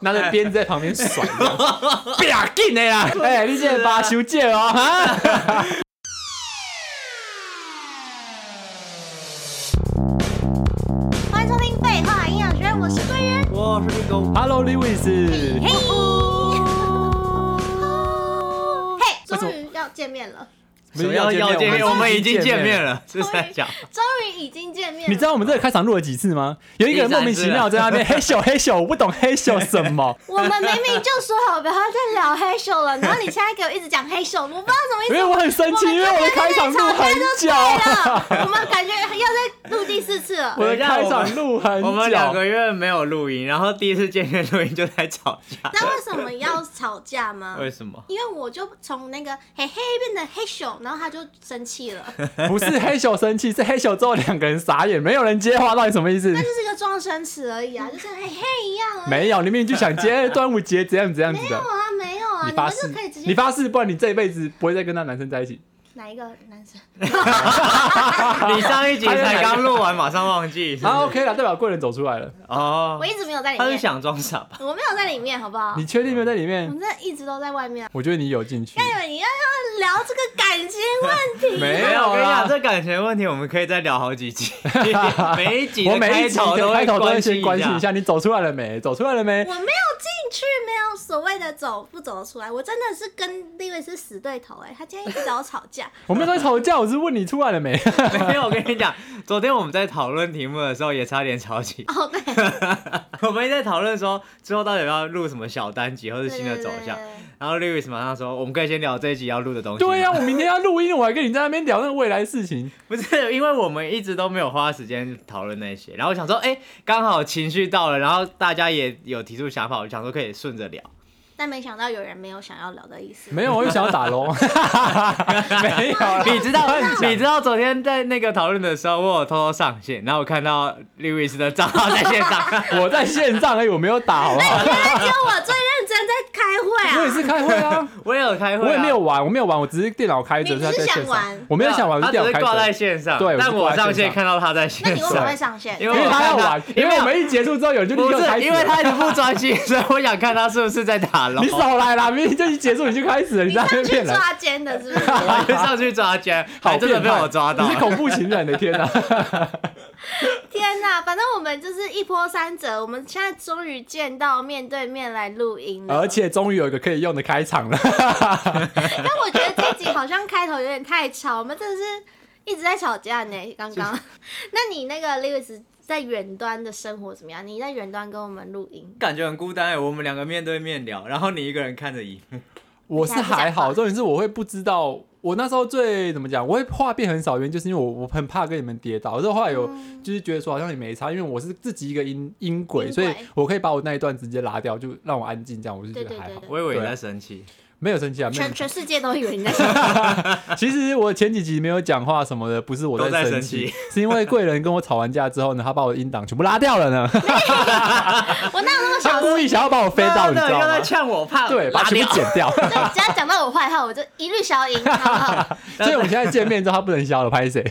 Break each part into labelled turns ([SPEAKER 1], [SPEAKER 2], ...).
[SPEAKER 1] 拿着鞭子在旁边甩， 不要紧的啦！哎，你这把修借哦，哈！
[SPEAKER 2] 欢迎收听《废话营养学》，我是贵人。
[SPEAKER 3] 我是立功，
[SPEAKER 1] Hello Lewis，
[SPEAKER 2] 嘿， 嘿，
[SPEAKER 1] 为什么
[SPEAKER 2] 终于要见面了，
[SPEAKER 1] 没有要
[SPEAKER 3] 要
[SPEAKER 1] 见
[SPEAKER 3] 见
[SPEAKER 1] 面
[SPEAKER 3] 面，
[SPEAKER 1] 我
[SPEAKER 3] 我
[SPEAKER 1] 们
[SPEAKER 3] 们
[SPEAKER 1] 已
[SPEAKER 3] 已
[SPEAKER 1] 经
[SPEAKER 3] 经
[SPEAKER 1] 见
[SPEAKER 3] 见
[SPEAKER 1] 面
[SPEAKER 3] 面了，是在讲
[SPEAKER 2] 终于已经见面了。
[SPEAKER 1] 你知道我们这个开场录了几次吗？有一个人莫名其妙在那边嘿咻嘿咻，我不懂嘿咻什 么，
[SPEAKER 2] 我们明明就说好不要再聊黑手了，然后你现在给我一直讲黑手，我不知道什么意
[SPEAKER 1] 因为
[SPEAKER 2] 思。
[SPEAKER 1] 我很生气，因为我的开场录很久，
[SPEAKER 2] 我们感觉要再录第四次了。
[SPEAKER 1] 我的开场录 很久，
[SPEAKER 3] 我们两个月没有录音，然后第一次见面录音就在吵 架，
[SPEAKER 2] 那为什么要吵架吗？
[SPEAKER 3] 为什么？
[SPEAKER 2] 因为我就从那个嘿嘿变成嘿咻，然后他就生气了。
[SPEAKER 1] 不是嘿咻生气，是嘿咻之后两个人傻眼，没有人接话，到底什么意思
[SPEAKER 2] 那？就是个撞声词而已啊，就是嘿嘿一样啊。
[SPEAKER 1] 没有，你明明就想接哎端午节怎样怎样子
[SPEAKER 2] 没有
[SPEAKER 1] 的，
[SPEAKER 2] 啊，没有啊，
[SPEAKER 1] 你
[SPEAKER 2] 你
[SPEAKER 1] 发
[SPEAKER 2] 们
[SPEAKER 1] 誓
[SPEAKER 2] 就可以直，接
[SPEAKER 1] 你发誓，不然你这一辈子不会再跟那男生在一 起。
[SPEAKER 2] 哪一个男生？
[SPEAKER 3] 你上一集才刚录完，马上忘记。是不 是
[SPEAKER 1] 啊，OK 了，代表贵人走出来了。
[SPEAKER 3] 哦
[SPEAKER 2] 我，一直没有在里
[SPEAKER 3] 他是
[SPEAKER 2] 面，
[SPEAKER 3] 想装傻吧？
[SPEAKER 2] 我没有在里面，好不好
[SPEAKER 1] 你？确定没有在里
[SPEAKER 2] 我
[SPEAKER 1] 面？
[SPEAKER 2] 真的一直都在外面啊。
[SPEAKER 1] 我觉得你有进去
[SPEAKER 2] 干，什么？你要要聊这个感情 问题？
[SPEAKER 1] 没
[SPEAKER 3] 有，
[SPEAKER 1] 有啊
[SPEAKER 3] 我跟你
[SPEAKER 1] 啦
[SPEAKER 3] 讲，。这感情问题我们可以再聊好 几集，每一集
[SPEAKER 1] 我
[SPEAKER 3] 的
[SPEAKER 1] 每一集
[SPEAKER 3] 头
[SPEAKER 1] 的
[SPEAKER 3] 都
[SPEAKER 1] 开
[SPEAKER 3] 会
[SPEAKER 1] 头都会先关
[SPEAKER 3] 关
[SPEAKER 1] 心一
[SPEAKER 3] 一下。
[SPEAKER 1] 下，你走出来了没？走出来了没？
[SPEAKER 2] 我没有进去，没有所谓的走不走得出来。我真的是跟立伟是死对头哎、他今天一直找我吵架，
[SPEAKER 1] 我们在吵架，我是问你出来了没？
[SPEAKER 3] 没 有，我跟你讲，昨天我们在讨论题目的时候也差点吵起。
[SPEAKER 2] 哦对，
[SPEAKER 3] 我们一直在讨论说之后到底要不要录什么小单集或是新的走向。
[SPEAKER 2] 对对对对
[SPEAKER 3] 然后 Lewis 马上说，我们可以先聊这一集要录的东西。
[SPEAKER 1] 对呀、，啊我明天要录音，我还跟你在那边聊那个未来事情。
[SPEAKER 3] 不是因为我们一直都没有花时间讨论那些，然后我想说，哎、刚好情绪到了，然后大家也有提出想法，我想说可以顺 着聊。
[SPEAKER 2] 但没想到有人没有想要聊的意思。
[SPEAKER 1] 没有，我又想要打 龙， 没有啦
[SPEAKER 3] 你知道，你知道昨天在那个讨论的时候，我有偷偷上线，然后我看到 Lewis 的账号在线 上，
[SPEAKER 1] 我在线上而已，我没有打，好不 好？
[SPEAKER 2] 原来只有我最认真在开会啊！
[SPEAKER 1] 我也是开会啊，
[SPEAKER 3] 我也有开会、啊，
[SPEAKER 1] 我也没有玩，我没有玩，我只是电脑开着，
[SPEAKER 2] 你
[SPEAKER 1] 他
[SPEAKER 2] 只
[SPEAKER 1] 在
[SPEAKER 2] 是
[SPEAKER 1] 线
[SPEAKER 2] 想
[SPEAKER 1] 上
[SPEAKER 2] 玩，
[SPEAKER 1] 我没有想玩，
[SPEAKER 3] 他
[SPEAKER 1] 是
[SPEAKER 3] 只
[SPEAKER 1] 电
[SPEAKER 3] 是
[SPEAKER 1] 脑开
[SPEAKER 3] 挂在
[SPEAKER 1] 着。
[SPEAKER 3] 线上，
[SPEAKER 1] 对我是
[SPEAKER 3] 但我
[SPEAKER 1] 挂在线
[SPEAKER 3] 上线
[SPEAKER 1] 上
[SPEAKER 3] 看到他在
[SPEAKER 2] 那
[SPEAKER 3] 线
[SPEAKER 2] 你为什么
[SPEAKER 3] 上
[SPEAKER 2] 会。上线？
[SPEAKER 3] 因
[SPEAKER 1] 因为他要玩，
[SPEAKER 3] 因为
[SPEAKER 1] 因为我们一结束之后，有人就立
[SPEAKER 3] 不
[SPEAKER 1] 刻开
[SPEAKER 3] 是，
[SPEAKER 1] 始。
[SPEAKER 3] 因为他一直不专心，所以我想看他是不是在打龙。
[SPEAKER 1] 你少来啦！明明就一结束你就开始了，你
[SPEAKER 2] 你
[SPEAKER 1] 在那
[SPEAKER 2] 上去
[SPEAKER 1] 边骗人，
[SPEAKER 2] 抓奸的是不是？
[SPEAKER 3] 我就上去抓奸，
[SPEAKER 1] 好
[SPEAKER 3] 还真的被我抓到
[SPEAKER 1] 你是。恐怖情人的欸天哪！
[SPEAKER 2] 天呐，反正我们就是一波三折，我们现在终于见到面对面来录音 了。
[SPEAKER 1] 而，且终于有一个可以用的开场了，
[SPEAKER 2] 但我觉得这集好像开头有点太吵，我们真的是一直在吵架 呢。刚刚，那你那个 Lewis 在远端的生活怎么样？你在远端跟我们录音，
[SPEAKER 3] 感觉很孤单哎、我们两个面对面聊，然后你一个人看着荧幕，
[SPEAKER 1] 我是还
[SPEAKER 2] 你还不讲
[SPEAKER 1] 好，
[SPEAKER 2] 话
[SPEAKER 1] 重点是我会不知道，我那时候最怎么讲，我会话变很少，原因就是因为我我很怕跟你们跌倒，所以后来有、就是觉得说好像也没差，因为我是自己一个音音轨，
[SPEAKER 2] 嗯音轨
[SPEAKER 1] 所以我可以把我那一段直接拉掉，就让我安静这样，我就觉
[SPEAKER 2] 对
[SPEAKER 1] 得
[SPEAKER 2] 对
[SPEAKER 1] 还好，
[SPEAKER 2] 对
[SPEAKER 3] 我以为你在生 气。
[SPEAKER 1] 没有生气啊，没有
[SPEAKER 2] 全。全世界都以为你在生气
[SPEAKER 1] 其实我前几集没有讲话什么的，不是我
[SPEAKER 3] 都在
[SPEAKER 1] 生
[SPEAKER 3] 生
[SPEAKER 1] 气
[SPEAKER 3] 气，
[SPEAKER 1] 是因为贵人跟我吵完架之后呢，他把我的音档全部拉掉了呢，
[SPEAKER 2] 我哪有那么小
[SPEAKER 1] 他故
[SPEAKER 2] 声？
[SPEAKER 1] 意想要把我飞到，你知
[SPEAKER 3] 妈
[SPEAKER 1] 道
[SPEAKER 3] 的又
[SPEAKER 1] 吗
[SPEAKER 3] 啊在？呛我胖，
[SPEAKER 1] 对，把
[SPEAKER 3] 拉
[SPEAKER 1] 它全
[SPEAKER 3] 掉
[SPEAKER 1] 部剪掉。
[SPEAKER 2] 就只要讲到我坏话，我就一律消音，好不好？
[SPEAKER 1] 所以我们现在见面之后，他不能消了，拍 谁？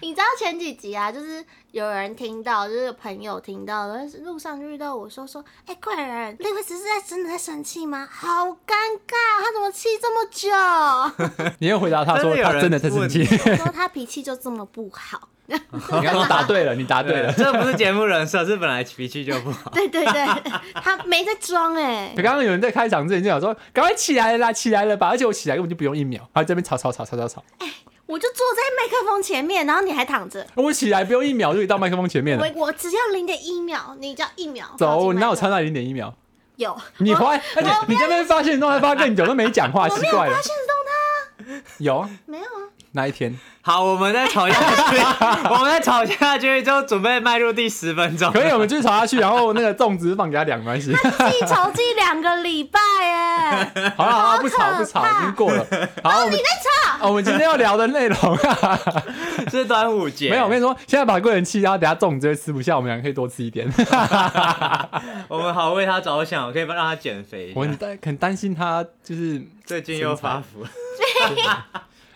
[SPEAKER 2] 你知道前几集啊，就是有人听到，就是有朋友听到，然后路上就遇到我说说，哎、贵人，那个只是在真的在生气吗？好尴尬，他怎么气这么久？
[SPEAKER 1] 你又回答他说
[SPEAKER 3] 真的有
[SPEAKER 1] 他
[SPEAKER 3] 人
[SPEAKER 1] 真的在生气，
[SPEAKER 2] 我说他脾气就这么不好。
[SPEAKER 1] 你刚刚答对了，你答对了。
[SPEAKER 3] 这不是节目人设，是本来脾气就不 好。
[SPEAKER 2] 对对对，他没在装哎、
[SPEAKER 1] 刚刚有人在开场之前就想说，赶快起来啦，起来了吧！而且我起来根本就不用一秒，他这边吵吵吵吵吵吵，
[SPEAKER 2] 我就坐在麦克风前面，然后你还 躺着，
[SPEAKER 1] 我起来不用一秒就可以到麦克风前面了。
[SPEAKER 2] 我我只要零点一秒，你只要一秒。
[SPEAKER 1] 走，你哪有
[SPEAKER 2] 超
[SPEAKER 1] 差那零点一秒？
[SPEAKER 2] 有，
[SPEAKER 1] 你
[SPEAKER 2] 我
[SPEAKER 1] 发，而且你这边发现状态发更久都没讲话，
[SPEAKER 2] 我
[SPEAKER 1] 奇
[SPEAKER 2] 没有
[SPEAKER 1] 怪了
[SPEAKER 2] 发。现动态，
[SPEAKER 1] 有啊
[SPEAKER 2] 没有啊，
[SPEAKER 1] 那一天
[SPEAKER 3] 好，我们再吵下去， 我们再吵下去就准备迈入第十分钟。
[SPEAKER 1] 可以，我们继续吵下去，然后那个粽子放给他两没关 系。
[SPEAKER 2] 记仇记两个礼拜哎、
[SPEAKER 1] 好了好了，不
[SPEAKER 2] 好
[SPEAKER 1] 吵
[SPEAKER 2] 可
[SPEAKER 1] 不吵，
[SPEAKER 2] 怕
[SPEAKER 1] 已经过了。好，
[SPEAKER 2] 哦
[SPEAKER 1] 我们哦我们今天要聊的内容啊。
[SPEAKER 3] 是端午节，
[SPEAKER 1] 没有，我跟你说，现在把贵人气，然后等下粽子就吃不下，我们俩可以多吃一点。
[SPEAKER 3] 我们好为他着想，我可以帮让他减肥一下。啊
[SPEAKER 1] 我很担很担心他，就是
[SPEAKER 3] 最近又发福，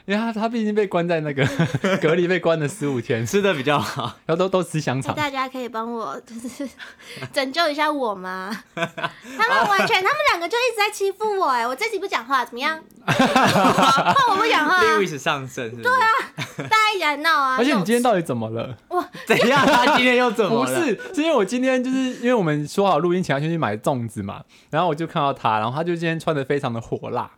[SPEAKER 1] 因为他他毕竟被关在那个 隔离，被关了十五天，然
[SPEAKER 3] 吃的比较好。
[SPEAKER 1] 后都都吃香
[SPEAKER 2] 哎
[SPEAKER 1] 肠。
[SPEAKER 2] 大家可以帮我就是 拯救一下 我吗？他们完全，他们两个就一直在欺负我哎、我这集不讲话怎么样？
[SPEAKER 3] 嗯
[SPEAKER 2] 换我不 讲话、啊，
[SPEAKER 3] Lewis 上身是不是？对啊，
[SPEAKER 2] 大家一起来闹啊！
[SPEAKER 1] 而且你今天
[SPEAKER 2] 到
[SPEAKER 1] 到底怎么了？
[SPEAKER 3] 怎样？他今天又怎么
[SPEAKER 1] 不
[SPEAKER 3] 了？
[SPEAKER 1] 是，是因为我今天就是因为我们说好录音前要先去买粽子嘛，然后我就看到他，然后他就今天穿的非常的火辣，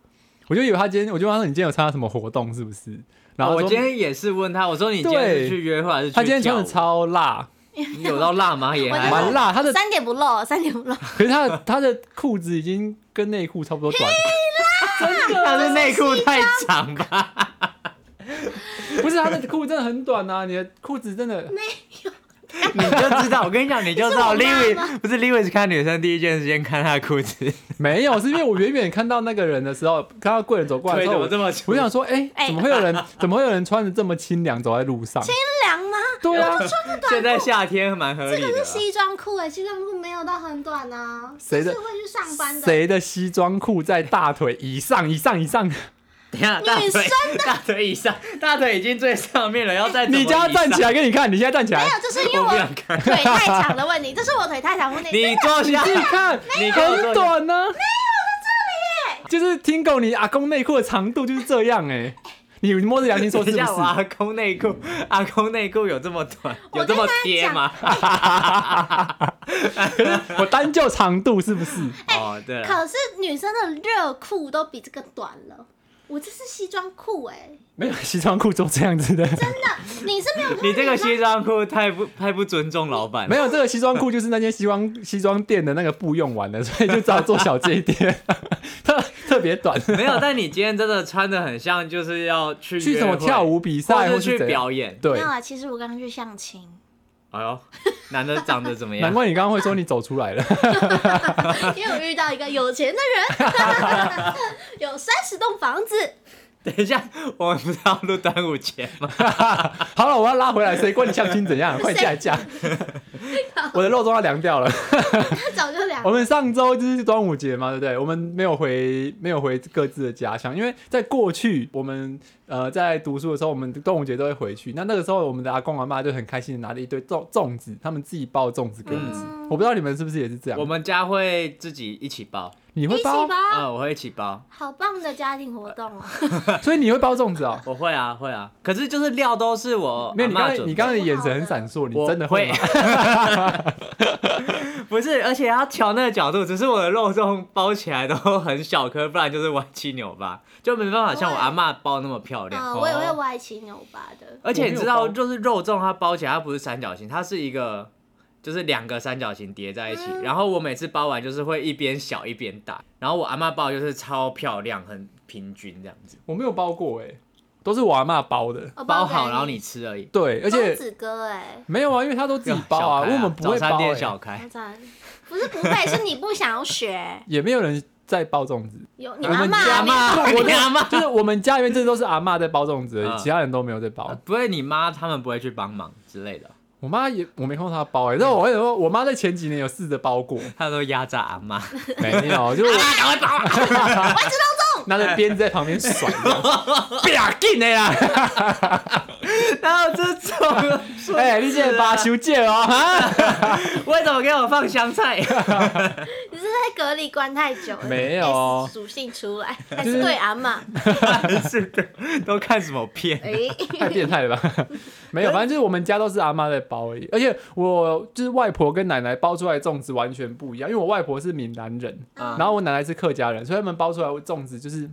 [SPEAKER 1] 我就以为他今天，我就问他说你今天有参加什么活动是不是？然后
[SPEAKER 3] 我
[SPEAKER 1] 他说
[SPEAKER 3] 今天也是问他，我说你今天是去约会还是去
[SPEAKER 1] 他今天穿
[SPEAKER 3] 跳舞
[SPEAKER 1] 的，超辣，
[SPEAKER 3] 你有到辣吗？也
[SPEAKER 2] 我
[SPEAKER 3] 还
[SPEAKER 2] 觉得
[SPEAKER 1] 蛮辣，他的
[SPEAKER 2] 三点不漏，三点不漏，
[SPEAKER 1] 可是他的他的裤子已经跟内裤差不多短，
[SPEAKER 3] 他是内裤太长吧？
[SPEAKER 1] 不是他的裤真的很短啊，你的裤子真的
[SPEAKER 3] 你就知道，我跟你讲，你就知道
[SPEAKER 2] 你是我妈
[SPEAKER 3] Lewis 不是 Lewis 看女生第一件时间看她的裤子，
[SPEAKER 1] 没有，是因为我远远看到那个人的时候，看到贵人走过来的
[SPEAKER 3] 腿
[SPEAKER 1] 时
[SPEAKER 3] 怎
[SPEAKER 1] 候，
[SPEAKER 3] 么
[SPEAKER 1] 我
[SPEAKER 3] 这么
[SPEAKER 1] 我
[SPEAKER 3] 粗？
[SPEAKER 1] 想说，哎、
[SPEAKER 2] 哎
[SPEAKER 1] 怎么会有人怎么会有人穿的这么清凉走在路上？
[SPEAKER 2] 凉吗？
[SPEAKER 1] 对啊，
[SPEAKER 3] 现在夏天蛮合理
[SPEAKER 2] 这
[SPEAKER 3] 的啊
[SPEAKER 2] 个是
[SPEAKER 3] 啦。
[SPEAKER 2] 西装裤哎、西装裤没有到很短啊，
[SPEAKER 1] 谁的
[SPEAKER 2] 就是会去上班的。
[SPEAKER 1] 谁的西装裤在大腿以上以上以 上？
[SPEAKER 3] 等一下，大
[SPEAKER 2] 女生
[SPEAKER 3] 腿大腿以上，大腿已经最上面了，要再
[SPEAKER 1] 你叫他站起
[SPEAKER 3] 来，
[SPEAKER 1] 来给你看，你现在站起来
[SPEAKER 2] 没，有，就是因为
[SPEAKER 3] 我
[SPEAKER 2] 我
[SPEAKER 3] 不想看。
[SPEAKER 2] 腿太长的问题，这是我腿太长的问题。
[SPEAKER 3] 你坐
[SPEAKER 1] 你
[SPEAKER 3] 下，
[SPEAKER 1] 自己看，
[SPEAKER 3] 你跟我
[SPEAKER 1] 很
[SPEAKER 3] 说
[SPEAKER 1] 短呢、没有，在这里耶。就是听狗，你阿公内裤的长度就是这样哎、 你摸着良心说是
[SPEAKER 3] 等一
[SPEAKER 1] 不
[SPEAKER 3] 下
[SPEAKER 1] 是
[SPEAKER 3] 我？阿公内裤，阿公内裤有这么短，
[SPEAKER 2] 我
[SPEAKER 3] 有这么贴吗？
[SPEAKER 1] 我单就长度是不是？
[SPEAKER 3] 哦，对了，
[SPEAKER 2] 可是女生的热裤都比这个短了，我这是西装裤哎，
[SPEAKER 1] 没有西装裤做这样子的，
[SPEAKER 2] 你是没有看
[SPEAKER 3] 你这个西装裤太不太不尊重老板了。
[SPEAKER 1] 没有这个西装裤就是那间西装西装店的那个布用完了，所以就只好做小这一点，特特别短。
[SPEAKER 3] 没有，但你今天真的穿的很像，就是要去
[SPEAKER 1] 去
[SPEAKER 3] 约
[SPEAKER 1] 什么
[SPEAKER 3] 会
[SPEAKER 1] 跳舞比赛
[SPEAKER 3] 或
[SPEAKER 1] 或
[SPEAKER 3] 是去
[SPEAKER 1] 怎样？
[SPEAKER 3] 表演。
[SPEAKER 2] 没
[SPEAKER 1] 对
[SPEAKER 2] 有，啊？其实我刚刚去相亲，
[SPEAKER 3] 哎呦，男的长得怎 么
[SPEAKER 1] 难
[SPEAKER 3] 样？
[SPEAKER 1] 怪你刚刚会说你走出来了。
[SPEAKER 2] 因为我遇到一个有钱的人， 有三十栋房子，
[SPEAKER 3] 等一下，我们不是要录端午节 吗？
[SPEAKER 1] 好了，我要拉回来，谁管你相亲怎样？快嫁一嫁！ 我的肉粽要凉掉了。
[SPEAKER 2] 他早就两
[SPEAKER 1] 我们上周就是端午节嘛，对不对？我们没有回，没有回各自的家乡，因为在过去我们呃在读书的时候，我们端午节都会回去。那那个时候，我们的阿公阿妈就很开心的拿着一堆粽粽子，他们自己包粽子给我们吃。
[SPEAKER 2] 嗯
[SPEAKER 1] 我不知道你们是不是也是这样？
[SPEAKER 3] 我们家会自己一起包，
[SPEAKER 1] 你
[SPEAKER 2] 一
[SPEAKER 1] 会
[SPEAKER 2] 起
[SPEAKER 1] 包，啊
[SPEAKER 2] 吧，
[SPEAKER 3] 嗯，我会一起包，
[SPEAKER 2] 好棒的家庭活动哦。
[SPEAKER 1] 所以你会包粽子 哦。
[SPEAKER 3] 我会啊，会啊。可是就是料都是我
[SPEAKER 1] 没有，
[SPEAKER 3] 阿
[SPEAKER 1] 你刚才
[SPEAKER 3] 妈准
[SPEAKER 1] 你
[SPEAKER 3] 备。
[SPEAKER 1] 刚才的眼神很闪烁，你
[SPEAKER 3] 我
[SPEAKER 1] 真的会吗？
[SPEAKER 3] 不是，而且要调那个角度，只是我的肉粽包起来都很小颗，不然就是歪七扭八，就没办法像我阿妈包那么漂亮。
[SPEAKER 2] 嗯，我
[SPEAKER 1] 哦
[SPEAKER 2] 也会歪七扭八的。
[SPEAKER 3] 而且你知
[SPEAKER 1] 我
[SPEAKER 3] 道，
[SPEAKER 1] 没有包
[SPEAKER 3] 就是肉粽它包起来它不是三角形，它是一个就是两个三角形叠在一起。
[SPEAKER 2] 嗯
[SPEAKER 3] 然后我每次包完就是会一边小一边大，然后我阿妈包就是超漂亮，很平均这样子，
[SPEAKER 1] 我没有包过哎、都是我阿妈包的。
[SPEAKER 2] 我
[SPEAKER 3] 包
[SPEAKER 2] 给
[SPEAKER 3] 好然后你吃而已。
[SPEAKER 1] 对，而且
[SPEAKER 2] 公子哥哎，
[SPEAKER 1] 没有啊，因为他都自己包啊，
[SPEAKER 3] 小
[SPEAKER 1] 因
[SPEAKER 3] 开
[SPEAKER 1] 为我们不会
[SPEAKER 3] 早餐
[SPEAKER 1] 包、
[SPEAKER 3] 店
[SPEAKER 1] 欸
[SPEAKER 3] 小开，
[SPEAKER 2] 我操不是不会，是你不想学。
[SPEAKER 1] 也没有人在包粽子。
[SPEAKER 2] 有你
[SPEAKER 1] 我
[SPEAKER 2] 阿
[SPEAKER 1] 们
[SPEAKER 2] 妈
[SPEAKER 1] 家
[SPEAKER 3] 阿妈，
[SPEAKER 1] 我
[SPEAKER 3] 你阿妈。
[SPEAKER 1] 就是我们家里面这都是阿嬷在包粽子而
[SPEAKER 3] 嗯
[SPEAKER 1] 已，其他人都没有在包。
[SPEAKER 3] 不会，你妈他们不会去帮忙之类的，
[SPEAKER 1] 我妈也我没看到她包哎、欸，但我跟你说，我妈在前几年有试着包 过，
[SPEAKER 3] 他都压榨阿 妈。
[SPEAKER 1] 没有，就是我
[SPEAKER 3] 赶快包啊！
[SPEAKER 1] 拿着鞭子在旁边 甩，
[SPEAKER 3] 不要紧的 啦。然后 这种，啊
[SPEAKER 1] 哎、你这个把修戒哦哈，
[SPEAKER 3] 为什么给我放香菜？
[SPEAKER 2] 你是在隔离关太久了，
[SPEAKER 1] 没有哦
[SPEAKER 2] S 属性出来，还
[SPEAKER 1] 就是
[SPEAKER 2] 是对阿妈？
[SPEAKER 3] 是的，都看什么片？
[SPEAKER 2] 哎，
[SPEAKER 1] 太变态了吧？没有，反正就是我们家都是阿嬷在包而已，而且我就是外婆跟奶奶包出来的粽子完全不一样，因为我外婆是闽南人，
[SPEAKER 3] 啊
[SPEAKER 1] 然后我奶奶是客家人，所以他们包出来的粽子就是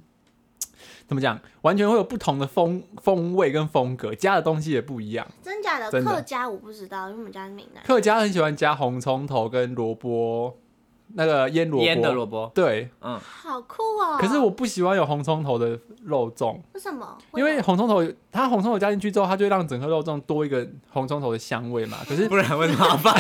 [SPEAKER 1] 怎么讲，完全会有不同的风风味跟风格，加的东西也不一样。
[SPEAKER 2] 真假的
[SPEAKER 1] 真的
[SPEAKER 2] 客家我不知道，因为我们家是闽南。
[SPEAKER 1] 客家很喜欢加红葱头跟萝卜，那个腌萝卜。
[SPEAKER 3] 腌的萝卜，
[SPEAKER 1] 对，
[SPEAKER 3] 嗯，
[SPEAKER 2] 好酷哦！
[SPEAKER 1] 可是我不喜欢有红葱头的肉粽，
[SPEAKER 2] 为什么？
[SPEAKER 1] 因为红葱头它红葱头加进去之后，它就会让整颗肉粽多一个红葱头的香味嘛。可是
[SPEAKER 3] 嗯不然为什么要放？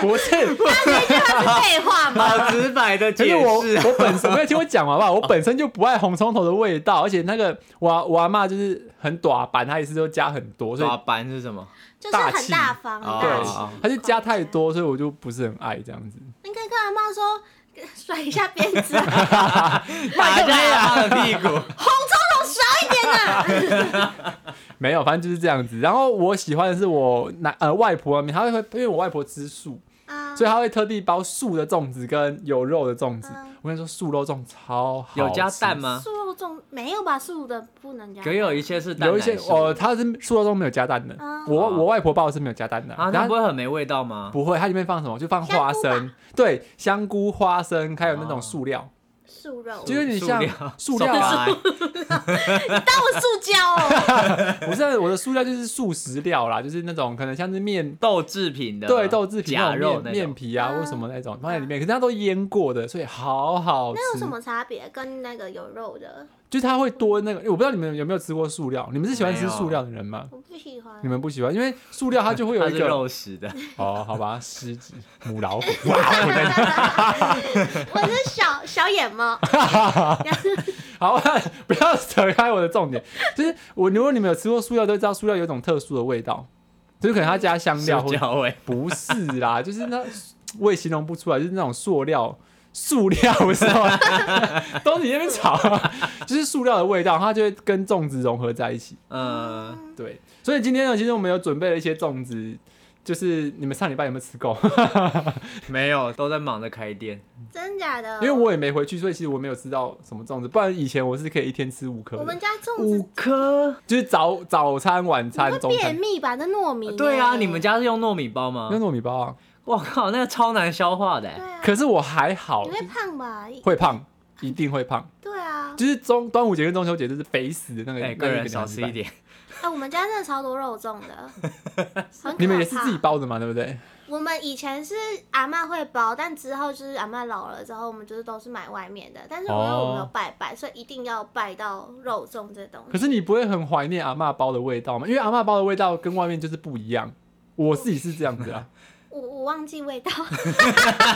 [SPEAKER 1] 不是，
[SPEAKER 2] 他是废话吗？
[SPEAKER 3] 好直白的
[SPEAKER 1] 可
[SPEAKER 3] 解
[SPEAKER 1] 是我
[SPEAKER 3] 释。
[SPEAKER 1] 我本身没有听我讲好不好？我本身就不爱红葱头的味道，而且那个我我阿妈就是很短板，她也是都加很多，所以
[SPEAKER 3] 抓班是什么？
[SPEAKER 2] 就是
[SPEAKER 1] 大
[SPEAKER 2] 很
[SPEAKER 1] 气
[SPEAKER 2] 大方，
[SPEAKER 3] 哦
[SPEAKER 2] 啊很
[SPEAKER 1] 对
[SPEAKER 2] 大气
[SPEAKER 3] 哦。
[SPEAKER 1] 她就加太多，所以我就不是很爱这样子。
[SPEAKER 2] 应该跟阿妈说， 甩一下鞭子，红
[SPEAKER 3] 打一下他的屁股，
[SPEAKER 2] 葱头少一点。啊！
[SPEAKER 1] 没有，反正就是这样子。然后我喜欢的是我奶呃外婆那边，她会因为我外婆吃素，
[SPEAKER 2] 啊
[SPEAKER 1] 所以她会特地包素的粽子跟有肉的粽子。
[SPEAKER 2] 嗯
[SPEAKER 1] 我跟你说，素肉粽超好，
[SPEAKER 3] 有加蛋？吗？
[SPEAKER 2] 素肉粽没有吧？素的不能加。
[SPEAKER 3] 可有一些是蛋
[SPEAKER 1] 有一
[SPEAKER 3] 奶
[SPEAKER 1] 些
[SPEAKER 3] 素
[SPEAKER 1] 哦，它是素肉粽没有加蛋的。
[SPEAKER 2] 嗯
[SPEAKER 1] 我我外婆包的是没有加蛋的，
[SPEAKER 3] 啊，
[SPEAKER 1] 然
[SPEAKER 3] 那
[SPEAKER 1] 后
[SPEAKER 3] 不会很没味道吗？
[SPEAKER 1] 不会，它里面放什么？就放花
[SPEAKER 2] 香菇
[SPEAKER 1] 生，对，香菇、花生，还有那种
[SPEAKER 3] 哦
[SPEAKER 1] 塑料，
[SPEAKER 2] 素肉，
[SPEAKER 1] 就有点像
[SPEAKER 3] 塑
[SPEAKER 1] 塑料啊。
[SPEAKER 3] 手把
[SPEAKER 2] 当我塑胶 哦。
[SPEAKER 1] 不是我的塑料就是素食料啦，就是那种可能像是面
[SPEAKER 3] 豆制品的，
[SPEAKER 1] 对豆制品
[SPEAKER 3] 假
[SPEAKER 1] 那种
[SPEAKER 3] 肉
[SPEAKER 1] 面
[SPEAKER 3] 那种
[SPEAKER 1] 面。皮啊
[SPEAKER 2] 啊
[SPEAKER 1] 或什么那种放在里面，可是它都腌过的，所以好好吃。
[SPEAKER 2] 那有什么差别？跟那个有肉的，
[SPEAKER 1] 就是它会多那个，我不知道你们有没有吃过塑料，你们是喜欢
[SPEAKER 3] 没
[SPEAKER 1] 吃
[SPEAKER 3] 有
[SPEAKER 1] 塑料的人吗？
[SPEAKER 2] 我不喜欢。
[SPEAKER 1] 你们不喜欢，因为塑料它就会有
[SPEAKER 3] 它
[SPEAKER 1] 一
[SPEAKER 3] 是
[SPEAKER 1] 个
[SPEAKER 3] 肉食 的，
[SPEAKER 1] 哦，好吧，狮子、母老虎，
[SPEAKER 2] 我是小小野 猫，
[SPEAKER 1] 好， 不要扯开我的重点。就是我，如果你们有吃过塑料，都知道塑料有一种特殊的味道，就是可能它加香 料
[SPEAKER 3] 塑
[SPEAKER 1] 或
[SPEAKER 3] 胶味。
[SPEAKER 1] 不是啦， 就是那我也形容不出来，就是那种塑料。塑料 不是吗？都你那边吵， 就是塑料的味道，它就会跟粽子融合在一起。
[SPEAKER 3] 嗯，
[SPEAKER 1] 对，所以今天呢，其实我们有准备了一些粽子，就是你们上礼拜有没有吃够？
[SPEAKER 3] 没有，都在忙着开店。
[SPEAKER 2] 真假的？
[SPEAKER 1] 因为我也没回去，所以其实我没有吃到什么粽子。不然以前我是可以一天吃五颗
[SPEAKER 2] 我
[SPEAKER 1] 的
[SPEAKER 2] 们，家粽
[SPEAKER 3] 五
[SPEAKER 2] 子
[SPEAKER 3] 颗？
[SPEAKER 1] 就是早早餐、晚
[SPEAKER 2] 你
[SPEAKER 1] 餐、
[SPEAKER 2] 会
[SPEAKER 1] 中
[SPEAKER 2] 便
[SPEAKER 1] 餐，
[SPEAKER 2] 秘吧？那糯米耶。
[SPEAKER 3] 对啊，你们家是用糯米包吗
[SPEAKER 1] 那？糯米包啊。
[SPEAKER 3] 我靠，那个超难消化的
[SPEAKER 2] 对
[SPEAKER 3] 欸。
[SPEAKER 2] 啊，
[SPEAKER 1] 可是我还好
[SPEAKER 2] 你，会胖吧？
[SPEAKER 1] 会胖，一定会胖。
[SPEAKER 2] 对啊，
[SPEAKER 1] 就是中端午节跟中秋节就是肥死的那个，
[SPEAKER 3] 哎，
[SPEAKER 1] 那
[SPEAKER 3] 个人
[SPEAKER 1] 两
[SPEAKER 3] 少
[SPEAKER 1] 礼
[SPEAKER 3] 吃
[SPEAKER 1] 拜
[SPEAKER 3] 一。点。
[SPEAKER 2] 哎，我们家真的超多肉粽 的，很可怕
[SPEAKER 1] 你们也是自己包的嘛，对不对？
[SPEAKER 2] 我们以前是阿嬷会包，但之后就是阿嬷老了之后，我们就是都是买外面的。但是因为
[SPEAKER 1] 哦
[SPEAKER 2] 我们有拜拜，所以一定要拜到肉粽这东西。
[SPEAKER 1] 可是你不会很怀念阿嬷包的味道吗？因为阿嬷包的味道跟外面就是不一样。我自己是这样子 啊，
[SPEAKER 2] 我我忘记味道，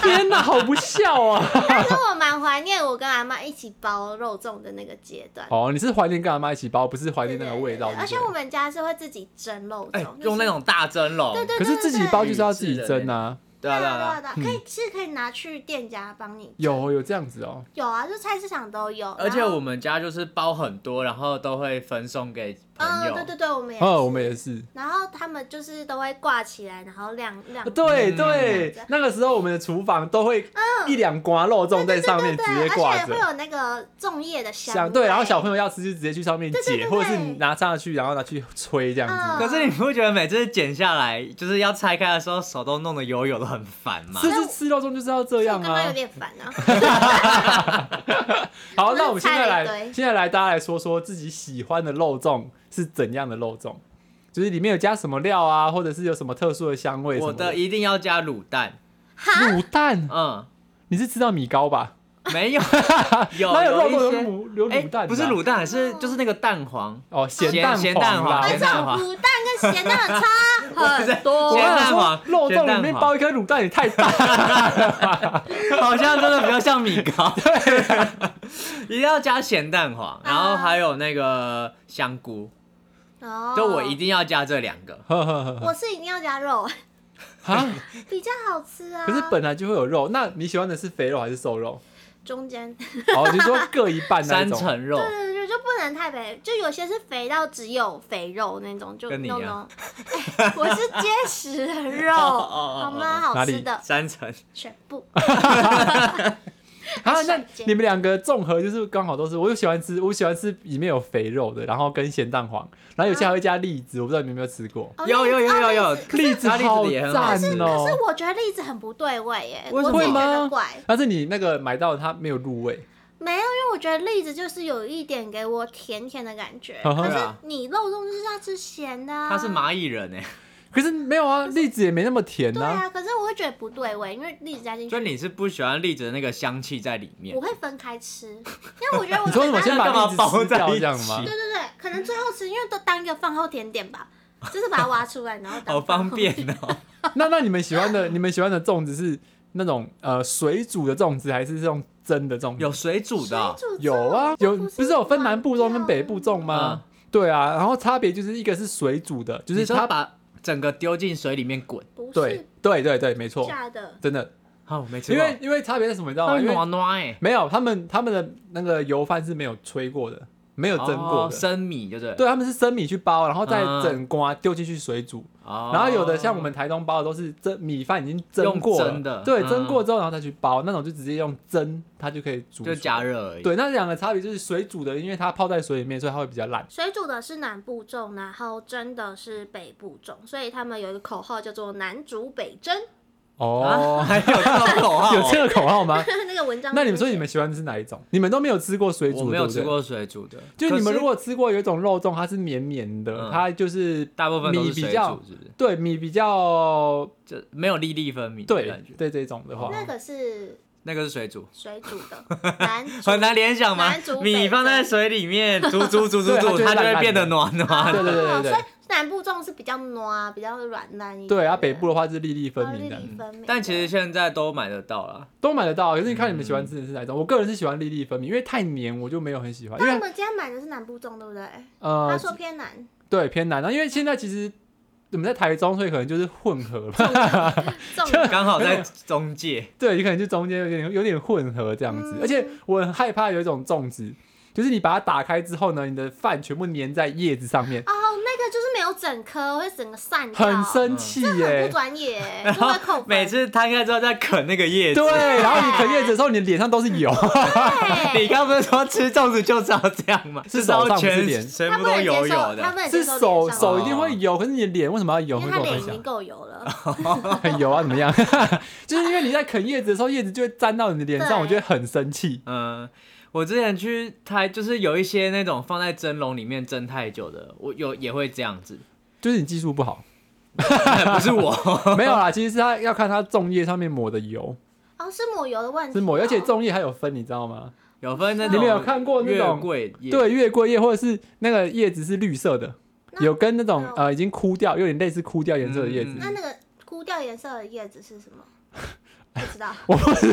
[SPEAKER 1] 天哪，好不孝 啊！
[SPEAKER 2] 但是我蛮怀念我跟阿嬷一起包肉粽的那个阶段。
[SPEAKER 1] 哦，你是怀念跟阿妈一起包，不是怀念那个味道。
[SPEAKER 2] 对对对而且
[SPEAKER 1] 对不对
[SPEAKER 2] 我们家是会自己蒸肉
[SPEAKER 3] 哎
[SPEAKER 2] 粽，，
[SPEAKER 3] 用那种大蒸笼。
[SPEAKER 2] 对对
[SPEAKER 1] 可是自己包就是要自己
[SPEAKER 3] 对对对
[SPEAKER 1] 蒸啊，嗯
[SPEAKER 3] 对
[SPEAKER 2] 对
[SPEAKER 3] 啊对
[SPEAKER 2] 啊对
[SPEAKER 3] 啊对
[SPEAKER 2] 啊
[SPEAKER 3] 啊。
[SPEAKER 2] 对啊，可以是可以拿去店家帮你。
[SPEAKER 1] 有有这样子哦。
[SPEAKER 2] 有啊，就菜市场都有。
[SPEAKER 3] 而且
[SPEAKER 2] 然后
[SPEAKER 3] 我们家就是包很多，然后都会分送给朋
[SPEAKER 2] 嗯，
[SPEAKER 3] 友
[SPEAKER 2] 对。对对，我们也
[SPEAKER 1] 哦，我
[SPEAKER 2] 是
[SPEAKER 1] 们也是。
[SPEAKER 2] 然后他们就是都会挂起来，然后晾晾。
[SPEAKER 1] 对
[SPEAKER 3] 嗯
[SPEAKER 1] 对，那个时候我们的厨房都会一两刮肉粽在上面直接
[SPEAKER 2] 嗯对，而
[SPEAKER 1] 挂
[SPEAKER 2] 且
[SPEAKER 1] 着
[SPEAKER 2] 会，有那个粽叶的香
[SPEAKER 1] 像
[SPEAKER 2] 味
[SPEAKER 1] 对，然后小朋友要吃就直接去上面
[SPEAKER 2] 对对对
[SPEAKER 1] 解，
[SPEAKER 2] 对
[SPEAKER 1] 或者是你拿上去然后拿去吹这样
[SPEAKER 2] 嗯
[SPEAKER 1] 子，
[SPEAKER 3] 可是你不觉得每次剪下来，就是要拆开的时候，手都弄得油油的，很烦
[SPEAKER 2] 嗯
[SPEAKER 3] 吗？
[SPEAKER 1] 这是吃肉粽就是要这
[SPEAKER 2] 这
[SPEAKER 1] 样
[SPEAKER 2] 我刚刚有
[SPEAKER 1] 啊。
[SPEAKER 2] 点烦 啊。
[SPEAKER 1] 好，
[SPEAKER 2] 我
[SPEAKER 1] 那我们现在
[SPEAKER 2] 菜了
[SPEAKER 1] 来，
[SPEAKER 2] 一堆
[SPEAKER 1] 现在来大家来说说自己喜欢的肉粽是怎样的肉粽，就是里面有加什么料啊，或者是有什么特殊的香味什
[SPEAKER 3] 我
[SPEAKER 1] 么
[SPEAKER 3] 的一定要加卤蛋，
[SPEAKER 2] 哈，
[SPEAKER 1] 卤蛋，
[SPEAKER 3] 嗯，
[SPEAKER 1] 你是吃到米糕吧？
[SPEAKER 3] 没有，有
[SPEAKER 1] 哪有肉粽
[SPEAKER 3] 有一
[SPEAKER 1] 有
[SPEAKER 3] 些，
[SPEAKER 1] 卤有
[SPEAKER 3] 哎
[SPEAKER 1] 卤蛋的啊？
[SPEAKER 3] 不是卤蛋，是就是那个蛋 黄，
[SPEAKER 1] 哦，咸
[SPEAKER 3] 咸
[SPEAKER 1] 蛋
[SPEAKER 3] 咸
[SPEAKER 1] 黄啦
[SPEAKER 3] 蛋黄咸蛋
[SPEAKER 2] 反正
[SPEAKER 3] 黄
[SPEAKER 2] 卤蛋跟咸蛋差
[SPEAKER 3] 不是
[SPEAKER 2] 很 多
[SPEAKER 1] 我。
[SPEAKER 3] 咸
[SPEAKER 1] 想
[SPEAKER 3] 蛋
[SPEAKER 1] 说
[SPEAKER 3] 黄
[SPEAKER 1] 肉
[SPEAKER 3] 咸
[SPEAKER 1] 粽
[SPEAKER 3] 蛋
[SPEAKER 1] 里面
[SPEAKER 3] 黄
[SPEAKER 1] 包一颗卤蛋也太大了。
[SPEAKER 3] 好像真的比较像米 糕。一定要加咸蛋黄，然
[SPEAKER 2] 啊
[SPEAKER 3] 后还有那个香菇，
[SPEAKER 2] 哦
[SPEAKER 3] 就我一，定要加这两个。
[SPEAKER 1] 呵呵 呵呵
[SPEAKER 2] 我是一定要加肉，
[SPEAKER 1] 啊！
[SPEAKER 2] 比较好吃啊。
[SPEAKER 1] 可是本来就会有肉，那你喜欢的是肥肉还是瘦肉？
[SPEAKER 2] 中间，对
[SPEAKER 1] 哦，你说各一半那一
[SPEAKER 3] 三
[SPEAKER 1] 种。
[SPEAKER 3] 层肉，
[SPEAKER 2] 对对，就不能太肥，就有些是肥到只有肥肉那种，就
[SPEAKER 3] 跟你一
[SPEAKER 2] no
[SPEAKER 3] 样
[SPEAKER 2] no。哎我是结实的肉，
[SPEAKER 3] 哦哦哦哦
[SPEAKER 2] 好吗？好
[SPEAKER 1] 哪
[SPEAKER 2] 吃
[SPEAKER 1] 里
[SPEAKER 2] 的
[SPEAKER 3] 三层，
[SPEAKER 2] 全 部。
[SPEAKER 1] 啊，那
[SPEAKER 2] 瞬间
[SPEAKER 1] 你们两个综合就是刚好都是，我就喜欢吃，我喜欢吃里面有肥肉的，然后跟咸蛋黄，然后有些还会加栗子，我不知道你们有没有吃过。
[SPEAKER 2] 哦
[SPEAKER 3] 有有有有有
[SPEAKER 2] 栗子
[SPEAKER 1] 栗子
[SPEAKER 2] 哦栗子
[SPEAKER 3] 加栗子
[SPEAKER 1] 好
[SPEAKER 3] 的也很好
[SPEAKER 1] 赞
[SPEAKER 3] 吃
[SPEAKER 2] 可是
[SPEAKER 1] 哦！
[SPEAKER 2] 我觉得栗子很不对味耶，
[SPEAKER 1] 为
[SPEAKER 2] 我
[SPEAKER 1] 什么
[SPEAKER 2] 自己觉
[SPEAKER 1] 会吗
[SPEAKER 2] 得怪。
[SPEAKER 1] 但是你那个买到它没有入味，
[SPEAKER 2] 没有，因为我觉得栗子就是有一点给我甜甜的感觉，
[SPEAKER 1] 呵呵
[SPEAKER 2] 可是你肉粽就是要吃咸的、
[SPEAKER 3] 啊
[SPEAKER 2] 啊。
[SPEAKER 3] 他是？蚂蚁人哎，
[SPEAKER 1] 可是没有啊，栗子也没那么甜
[SPEAKER 2] 对
[SPEAKER 1] 呐。
[SPEAKER 2] 啊，可是我会觉得不对味，因为栗子加进
[SPEAKER 3] 就
[SPEAKER 2] 去，
[SPEAKER 3] 你是不喜欢栗子的那个香气在里面
[SPEAKER 2] 我。会分开吃，因为我觉得我
[SPEAKER 1] 你说什
[SPEAKER 2] 嘴
[SPEAKER 1] 么？
[SPEAKER 2] 巴
[SPEAKER 1] 先把
[SPEAKER 3] 干嘛
[SPEAKER 1] 栗子
[SPEAKER 3] 包
[SPEAKER 1] 吃
[SPEAKER 3] 在
[SPEAKER 1] 掉
[SPEAKER 3] 一
[SPEAKER 1] 这样吗
[SPEAKER 3] 起？
[SPEAKER 2] 对对对，可能最后吃，因为都当一个饭后甜点吧，就是把它挖出来，然后当
[SPEAKER 3] 好方便 哦！
[SPEAKER 1] 那那你们喜欢的，你们喜欢的粽子是那种呃水煮的粽子，还是这种蒸的粽子？
[SPEAKER 3] 有水煮的哦、
[SPEAKER 2] 水煮粽
[SPEAKER 1] 有啊，有
[SPEAKER 2] 不
[SPEAKER 1] 不是有分南部粽跟北部粽
[SPEAKER 3] 嗯
[SPEAKER 1] 吗？对啊，然后差别就是一个是水煮的，就
[SPEAKER 3] 你
[SPEAKER 1] 是
[SPEAKER 3] 说
[SPEAKER 1] 它
[SPEAKER 3] 把整个丢进水里面滚。
[SPEAKER 2] 不
[SPEAKER 1] 对
[SPEAKER 2] 哦是
[SPEAKER 1] 对对对，没错，
[SPEAKER 2] 假的，
[SPEAKER 1] 真的，
[SPEAKER 3] 好、我没吃
[SPEAKER 1] 因
[SPEAKER 3] 过，
[SPEAKER 1] 为哦因为差别是什么，你知道
[SPEAKER 3] 它
[SPEAKER 1] 吗？
[SPEAKER 3] 会
[SPEAKER 1] 因为
[SPEAKER 3] 暖暖哎，
[SPEAKER 1] 没有他们他们的那个油饭是没有吹过的，没有蒸过
[SPEAKER 3] 哦
[SPEAKER 1] 的。
[SPEAKER 3] 生米就是
[SPEAKER 1] 对，他们是生米去包，然后再
[SPEAKER 3] 嗯
[SPEAKER 1] 整瓜丢进去水煮，
[SPEAKER 3] 哦
[SPEAKER 1] 然后有的像我们台东包的都是蒸米饭已经蒸过了，
[SPEAKER 3] 用蒸的
[SPEAKER 1] 对，
[SPEAKER 3] 嗯
[SPEAKER 1] 蒸过之后然后再去包，那种就直接用蒸，它就可以煮。
[SPEAKER 3] 就加。热而已。
[SPEAKER 1] 对，那两个差别就是水煮的，因为它泡在水里面，所以它会比较烂。
[SPEAKER 2] 水煮的是南部粽，然后蒸的是北部粽，所以他们有一个口号叫做“南煮北蒸。
[SPEAKER 1] 哦
[SPEAKER 3] 啊，， 还有这种口号 哦，
[SPEAKER 1] 有这个口号吗？”
[SPEAKER 2] 那个文章，
[SPEAKER 1] 那你们说你们喜欢的是哪一种？你们都没有吃过水煮的，
[SPEAKER 3] 我没有
[SPEAKER 1] 对不
[SPEAKER 3] 吃
[SPEAKER 1] 对。
[SPEAKER 3] 过水煮的，
[SPEAKER 1] 就你们如
[SPEAKER 3] 可
[SPEAKER 1] 果吃过有一种肉粽，它是绵绵的，
[SPEAKER 3] 嗯
[SPEAKER 1] 它就是
[SPEAKER 3] 是大部分都
[SPEAKER 1] 米
[SPEAKER 3] 是
[SPEAKER 1] 比
[SPEAKER 3] 水
[SPEAKER 1] 较
[SPEAKER 3] 煮，是不是？
[SPEAKER 1] 对米比较
[SPEAKER 3] 就没有粒粒分明的
[SPEAKER 1] 对
[SPEAKER 3] 感觉。
[SPEAKER 1] 对这种的话，
[SPEAKER 2] 那个是
[SPEAKER 3] 那个是水煮，
[SPEAKER 2] 水煮 的，南 煮
[SPEAKER 3] 很难联想吗
[SPEAKER 2] 南煮？北
[SPEAKER 3] 米放在水里面煮煮煮煮煮，
[SPEAKER 1] 对它
[SPEAKER 3] 它
[SPEAKER 1] 就
[SPEAKER 3] 就
[SPEAKER 1] 会烂
[SPEAKER 3] 会变得
[SPEAKER 1] 烂
[SPEAKER 3] 暖暖。
[SPEAKER 1] 对对对
[SPEAKER 2] 哦
[SPEAKER 1] 对
[SPEAKER 2] 所以南部粽是比较糯、啊比较软烂一点的。
[SPEAKER 1] 对啊，北部的话是粒粒分
[SPEAKER 2] 哦
[SPEAKER 1] 明的，
[SPEAKER 2] 粒粒分明的。
[SPEAKER 3] 但其实现在都买得到啦。
[SPEAKER 1] 都买得到。啊可是你看你们喜
[SPEAKER 3] 嗯
[SPEAKER 1] 欢吃的是哪一种？我个人是喜欢粒粒分明，因为太黏我就没有很喜欢，因
[SPEAKER 2] 但我
[SPEAKER 1] 为
[SPEAKER 2] 们今天买的是南部粽，对不对？他
[SPEAKER 1] 呃
[SPEAKER 2] 说 偏南，
[SPEAKER 1] 对偏南啊，因为现在其实我们在台中，所以可能就是混合吧，
[SPEAKER 2] 粽
[SPEAKER 3] 刚好在中 介，
[SPEAKER 1] 对，你可能就中间有点有点混合这样子。
[SPEAKER 2] 嗯
[SPEAKER 1] 而且我很害怕有一种粽子，就是你把它打开之后呢，你的饭全部粘在叶子上面，
[SPEAKER 2] 哦，那个就是没有整颗，会整个散掉，
[SPEAKER 1] 很
[SPEAKER 3] 嗯
[SPEAKER 1] 生气耶、
[SPEAKER 2] 啊很不专业，
[SPEAKER 3] 然
[SPEAKER 2] 就
[SPEAKER 3] 后
[SPEAKER 2] 会扣分
[SPEAKER 3] 每次摊开之后再啃那个叶子。
[SPEAKER 1] 对，然后你啃叶子的时候，你的脸上都是油，
[SPEAKER 2] 对
[SPEAKER 3] 你刚不是说吃粽子就是要这 样吗？
[SPEAKER 1] 是手
[SPEAKER 3] 要
[SPEAKER 1] 上不是脸
[SPEAKER 3] 全全
[SPEAKER 2] 他
[SPEAKER 3] 部
[SPEAKER 2] 不
[SPEAKER 3] 都
[SPEAKER 2] 能
[SPEAKER 3] 油
[SPEAKER 2] 接
[SPEAKER 3] 油
[SPEAKER 2] 受，他
[SPEAKER 3] 的
[SPEAKER 2] 不，能接
[SPEAKER 1] 是
[SPEAKER 2] 受
[SPEAKER 1] 手
[SPEAKER 2] 脸上哦
[SPEAKER 1] 手一定会油，可是你的脸为什么要油？
[SPEAKER 2] 因
[SPEAKER 1] 会
[SPEAKER 2] 为
[SPEAKER 1] 跟我
[SPEAKER 2] 他脸
[SPEAKER 1] 分
[SPEAKER 2] 已
[SPEAKER 1] 享
[SPEAKER 2] 经。够油了，
[SPEAKER 1] 很 油啊，怎么 样？就是因为你在啃叶子的时候，叶子就会沾到你的脸上，
[SPEAKER 2] 对
[SPEAKER 1] 我觉得很生气。
[SPEAKER 3] 嗯。我之前去台，就是有一些那种放在蒸笼里面蒸太久的，我有也会这样子，
[SPEAKER 1] 就是你技术不好，
[SPEAKER 3] 不是我，
[SPEAKER 1] 没有啦，其实是它要看它粽叶上面抹的 油
[SPEAKER 2] 哦，是抹油的问题哦，哦
[SPEAKER 1] 是抹油，而且粽叶还有分，你知道吗？
[SPEAKER 3] 有分那
[SPEAKER 1] 你
[SPEAKER 3] 种
[SPEAKER 1] 们有看过那
[SPEAKER 3] 月
[SPEAKER 1] 种
[SPEAKER 3] 桂叶，
[SPEAKER 1] 对，月桂叶或者是那个叶子是绿色的，
[SPEAKER 2] 那
[SPEAKER 1] 有跟那种
[SPEAKER 2] 那
[SPEAKER 1] 呃已经枯掉，有点类似枯掉颜色的叶子
[SPEAKER 3] 嗯。
[SPEAKER 2] 那那个枯掉颜色的叶子 是什么？不知道，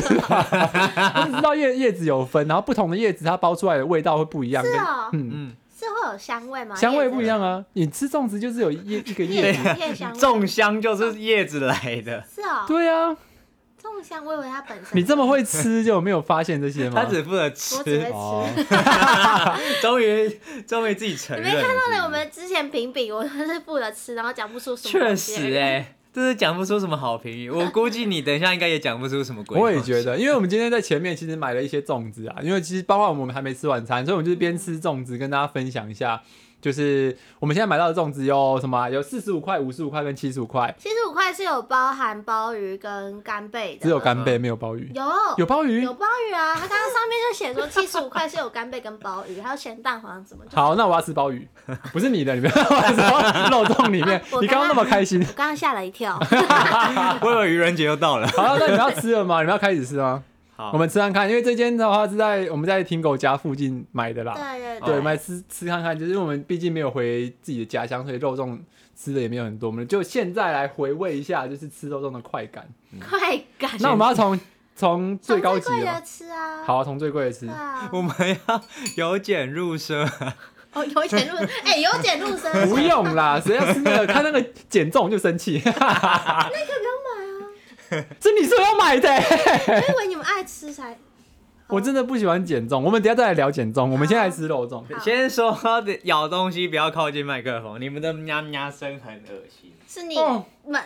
[SPEAKER 2] 嗯
[SPEAKER 1] 我只知道叶叶子有分，然后不同的叶子它包出来的味道会不一样。
[SPEAKER 2] 是
[SPEAKER 1] 跟
[SPEAKER 2] 哦，
[SPEAKER 1] 嗯，
[SPEAKER 3] 嗯，
[SPEAKER 2] 是会有香味吗？
[SPEAKER 1] 香味不一
[SPEAKER 2] 样，
[SPEAKER 1] 样啊。你吃粽子就是有 叶一个叶
[SPEAKER 2] 叶
[SPEAKER 1] 子，
[SPEAKER 2] 子 叶香
[SPEAKER 3] 粽
[SPEAKER 2] 味，
[SPEAKER 3] 香就是叶子来的，
[SPEAKER 2] 是哦，
[SPEAKER 1] 对啊。
[SPEAKER 2] 粽香味为它本身，
[SPEAKER 1] 你这么会吃，就没有发现这些吗？
[SPEAKER 3] 他只负责
[SPEAKER 2] 我只
[SPEAKER 3] 吃
[SPEAKER 2] 会，
[SPEAKER 1] 哦
[SPEAKER 2] 吃。
[SPEAKER 3] 终于 终于自己承
[SPEAKER 2] 你
[SPEAKER 3] 认
[SPEAKER 2] 没
[SPEAKER 3] 了。
[SPEAKER 2] 看到
[SPEAKER 3] 是不
[SPEAKER 2] 呢？我
[SPEAKER 3] 是
[SPEAKER 2] 们之前评比，我就是负责吃，然后讲不出什么
[SPEAKER 3] 确
[SPEAKER 2] 东西来。
[SPEAKER 3] 实哎、真是讲不出什么好评 语。我估计你等一下应该也讲不出什么鬼。
[SPEAKER 1] 我也觉，得，因为我们今天在前面其实买了一些粽子啊，因为其实包括我们还没吃晚餐，所以我们就是边吃粽子跟大家分享一下，就是我们现在买到的粽子有什么啊、有四十五块、五十五块跟七十五块，
[SPEAKER 2] 七十五块是有包含鲍鱼跟干贝的，
[SPEAKER 1] 只有干贝没有鲍鱼，
[SPEAKER 2] 有
[SPEAKER 1] 有鲍鱼
[SPEAKER 2] 有。鲍鱼啊！它刚刚上面就写说七十五块是有干贝跟鲍鱼，还有咸蛋黄什么。就
[SPEAKER 1] 好，那我要吃鲍鱼，不是你的，你不要我说 肉粽里面
[SPEAKER 2] 啊我，
[SPEAKER 1] 你刚刚那么开心。
[SPEAKER 2] 我刚刚吓了 一跳，
[SPEAKER 3] 我以为愚人节又到了。
[SPEAKER 1] 好，那你们要吃了吗？你们要开始吃吗？
[SPEAKER 3] 好，
[SPEAKER 1] 我们吃看看，因为这间的话是在我们在听狗家附近买的啦。
[SPEAKER 2] 对对
[SPEAKER 1] 对，我们来吃吃看看，就是因为我们毕竟没有回自己的家乡，所以肉粽吃的也没有很多，我们就现在来回味一下，就是吃肉粽的快感。
[SPEAKER 2] 快感。
[SPEAKER 1] 那我们要从从
[SPEAKER 2] 从
[SPEAKER 1] 最高级
[SPEAKER 2] 贵
[SPEAKER 1] 哦
[SPEAKER 2] 的，吃啊，
[SPEAKER 1] 好、啊，嗯从最贵的吃
[SPEAKER 2] 对。啊，
[SPEAKER 3] 我们要由俭入奢，
[SPEAKER 2] 哦，由俭入， 哎，由俭入奢侈，
[SPEAKER 1] 不用啦，谁要吃那个？看那个减重就生气。 那个不用买 啊，是你说要买的、
[SPEAKER 2] 我以为你们爱吃才。
[SPEAKER 1] 我真的不喜欢减重，我们等一下再来聊减重，我们先来吃肉粽。
[SPEAKER 2] 好
[SPEAKER 3] 先说咬东西不要靠近麦克风，你们的喵喵声很恶心。
[SPEAKER 2] 是你
[SPEAKER 1] 哦
[SPEAKER 2] 们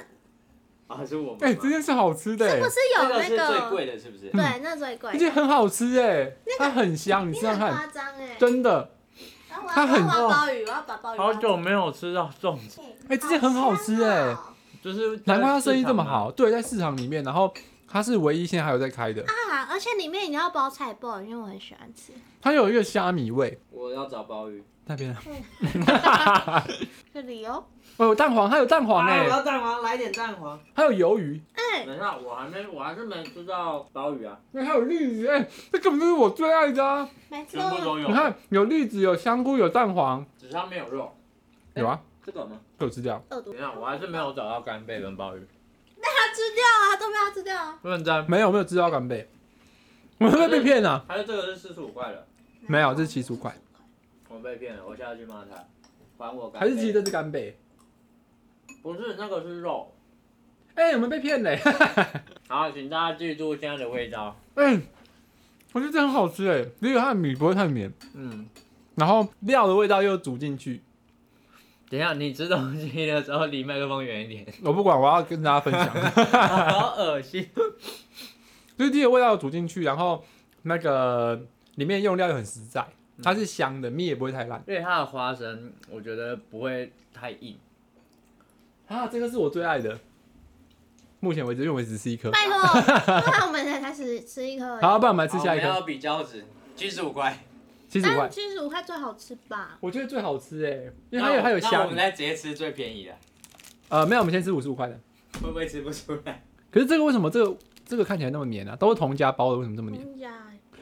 [SPEAKER 2] 哦
[SPEAKER 3] 啊，是我们吗。
[SPEAKER 1] 哎、这件是好吃的、
[SPEAKER 2] 是不是有那
[SPEAKER 3] 这个是最
[SPEAKER 2] 个？
[SPEAKER 3] 贵的，是不是？
[SPEAKER 2] 对，那最贵
[SPEAKER 1] 而，且很好吃哎、它很香，你
[SPEAKER 2] 你
[SPEAKER 1] 试试
[SPEAKER 2] 很
[SPEAKER 1] 看，
[SPEAKER 2] 夸张哎。
[SPEAKER 1] 真的。
[SPEAKER 2] 然后我
[SPEAKER 1] 它
[SPEAKER 2] 要
[SPEAKER 1] 很
[SPEAKER 2] 我要鲍鱼，我要把鲍鱼挖
[SPEAKER 3] 好
[SPEAKER 2] 走。
[SPEAKER 3] 久没有吃到粽子，
[SPEAKER 1] 哎这些很好吃哎
[SPEAKER 2] 香哦
[SPEAKER 3] 就是
[SPEAKER 1] 难怪它生意这么好。对，在市场里面，然后它是唯一现在还有在开的。
[SPEAKER 2] 啊！而且里面你要包菜包，因为我很喜欢吃。
[SPEAKER 1] 它有一个虾米味
[SPEAKER 3] 我要找鲍鱼，
[SPEAKER 1] 那边，
[SPEAKER 2] 这里哦，
[SPEAKER 1] 哦，有蛋黄，还有蛋黄哎、
[SPEAKER 3] 蛋黄，来点蛋黄。
[SPEAKER 1] 还有鱿鱼，
[SPEAKER 2] 哎、
[SPEAKER 4] 等一下，我还没，我还是没吃到鲍鱼啊，
[SPEAKER 1] 那还有栗子哎、这根本就是我最爱的、啊。
[SPEAKER 2] 每次都
[SPEAKER 4] 全部
[SPEAKER 2] 有。
[SPEAKER 4] 都有
[SPEAKER 1] 你，看，有栗子，有香菇，有蛋黄，
[SPEAKER 4] 只是它没有肉。
[SPEAKER 2] 嗯
[SPEAKER 1] 有啊，
[SPEAKER 4] 这个吗？
[SPEAKER 1] 给我吃掉。
[SPEAKER 2] 恶毒
[SPEAKER 4] 等一下，我还是没有找到干贝跟鲍鱼。
[SPEAKER 2] 他吃掉啊，都被他吃掉啊。
[SPEAKER 3] 认真，
[SPEAKER 1] 没有没有吃到干贝， 我会不会被骗啊？
[SPEAKER 4] 还是这个是四十五块的，
[SPEAKER 1] 没有，这是七十五块，
[SPEAKER 4] 我被骗了，我下次去骂他，还
[SPEAKER 2] 嗯
[SPEAKER 4] 我干
[SPEAKER 1] 还
[SPEAKER 4] 贝。
[SPEAKER 1] 是其实这是干贝？
[SPEAKER 4] 不是那个是肉。
[SPEAKER 1] 哎、我们被骗嘞、
[SPEAKER 4] 好，请大家记住现在的味道。
[SPEAKER 2] 嗯
[SPEAKER 1] 哎、我觉得这很好吃哎、欸，因为它的米不会太绵，
[SPEAKER 3] 嗯，
[SPEAKER 1] 然后料的味道又煮进 去。
[SPEAKER 3] 等一下，你吃东西的时候离麦克风远一点，
[SPEAKER 1] 我不管，我要跟大家分享，
[SPEAKER 3] 好恶心。
[SPEAKER 1] 就是第一个味道煮进去，然后那个里面用料又很实在，它是香的，蜜也不会太烂
[SPEAKER 3] 因为它的花生，我觉得不会太硬。
[SPEAKER 1] 啊。这个是我最爱的，目前为止，因为我只吃一颗。
[SPEAKER 2] 拜 托，那我们才开始吃一颗而已，
[SPEAKER 1] 好，不然我们来吃下一
[SPEAKER 4] 好我们
[SPEAKER 1] 颗
[SPEAKER 4] 要比较值，七十五块。
[SPEAKER 1] 七十五块
[SPEAKER 2] 但，七十五块最好吃吧？
[SPEAKER 1] 我觉得最好吃哎、因为它有
[SPEAKER 4] 那
[SPEAKER 1] 它有
[SPEAKER 4] 那我
[SPEAKER 1] 香
[SPEAKER 4] 们。来直接吃最便宜的，
[SPEAKER 1] 呃，没有，我们先吃五十五块的。
[SPEAKER 4] 会不会吃不出来？
[SPEAKER 1] 可是这个为什么这个这个看起来那么黏啊？都是同家包的，为什么这
[SPEAKER 3] 嗯
[SPEAKER 1] 么黏
[SPEAKER 2] 真假？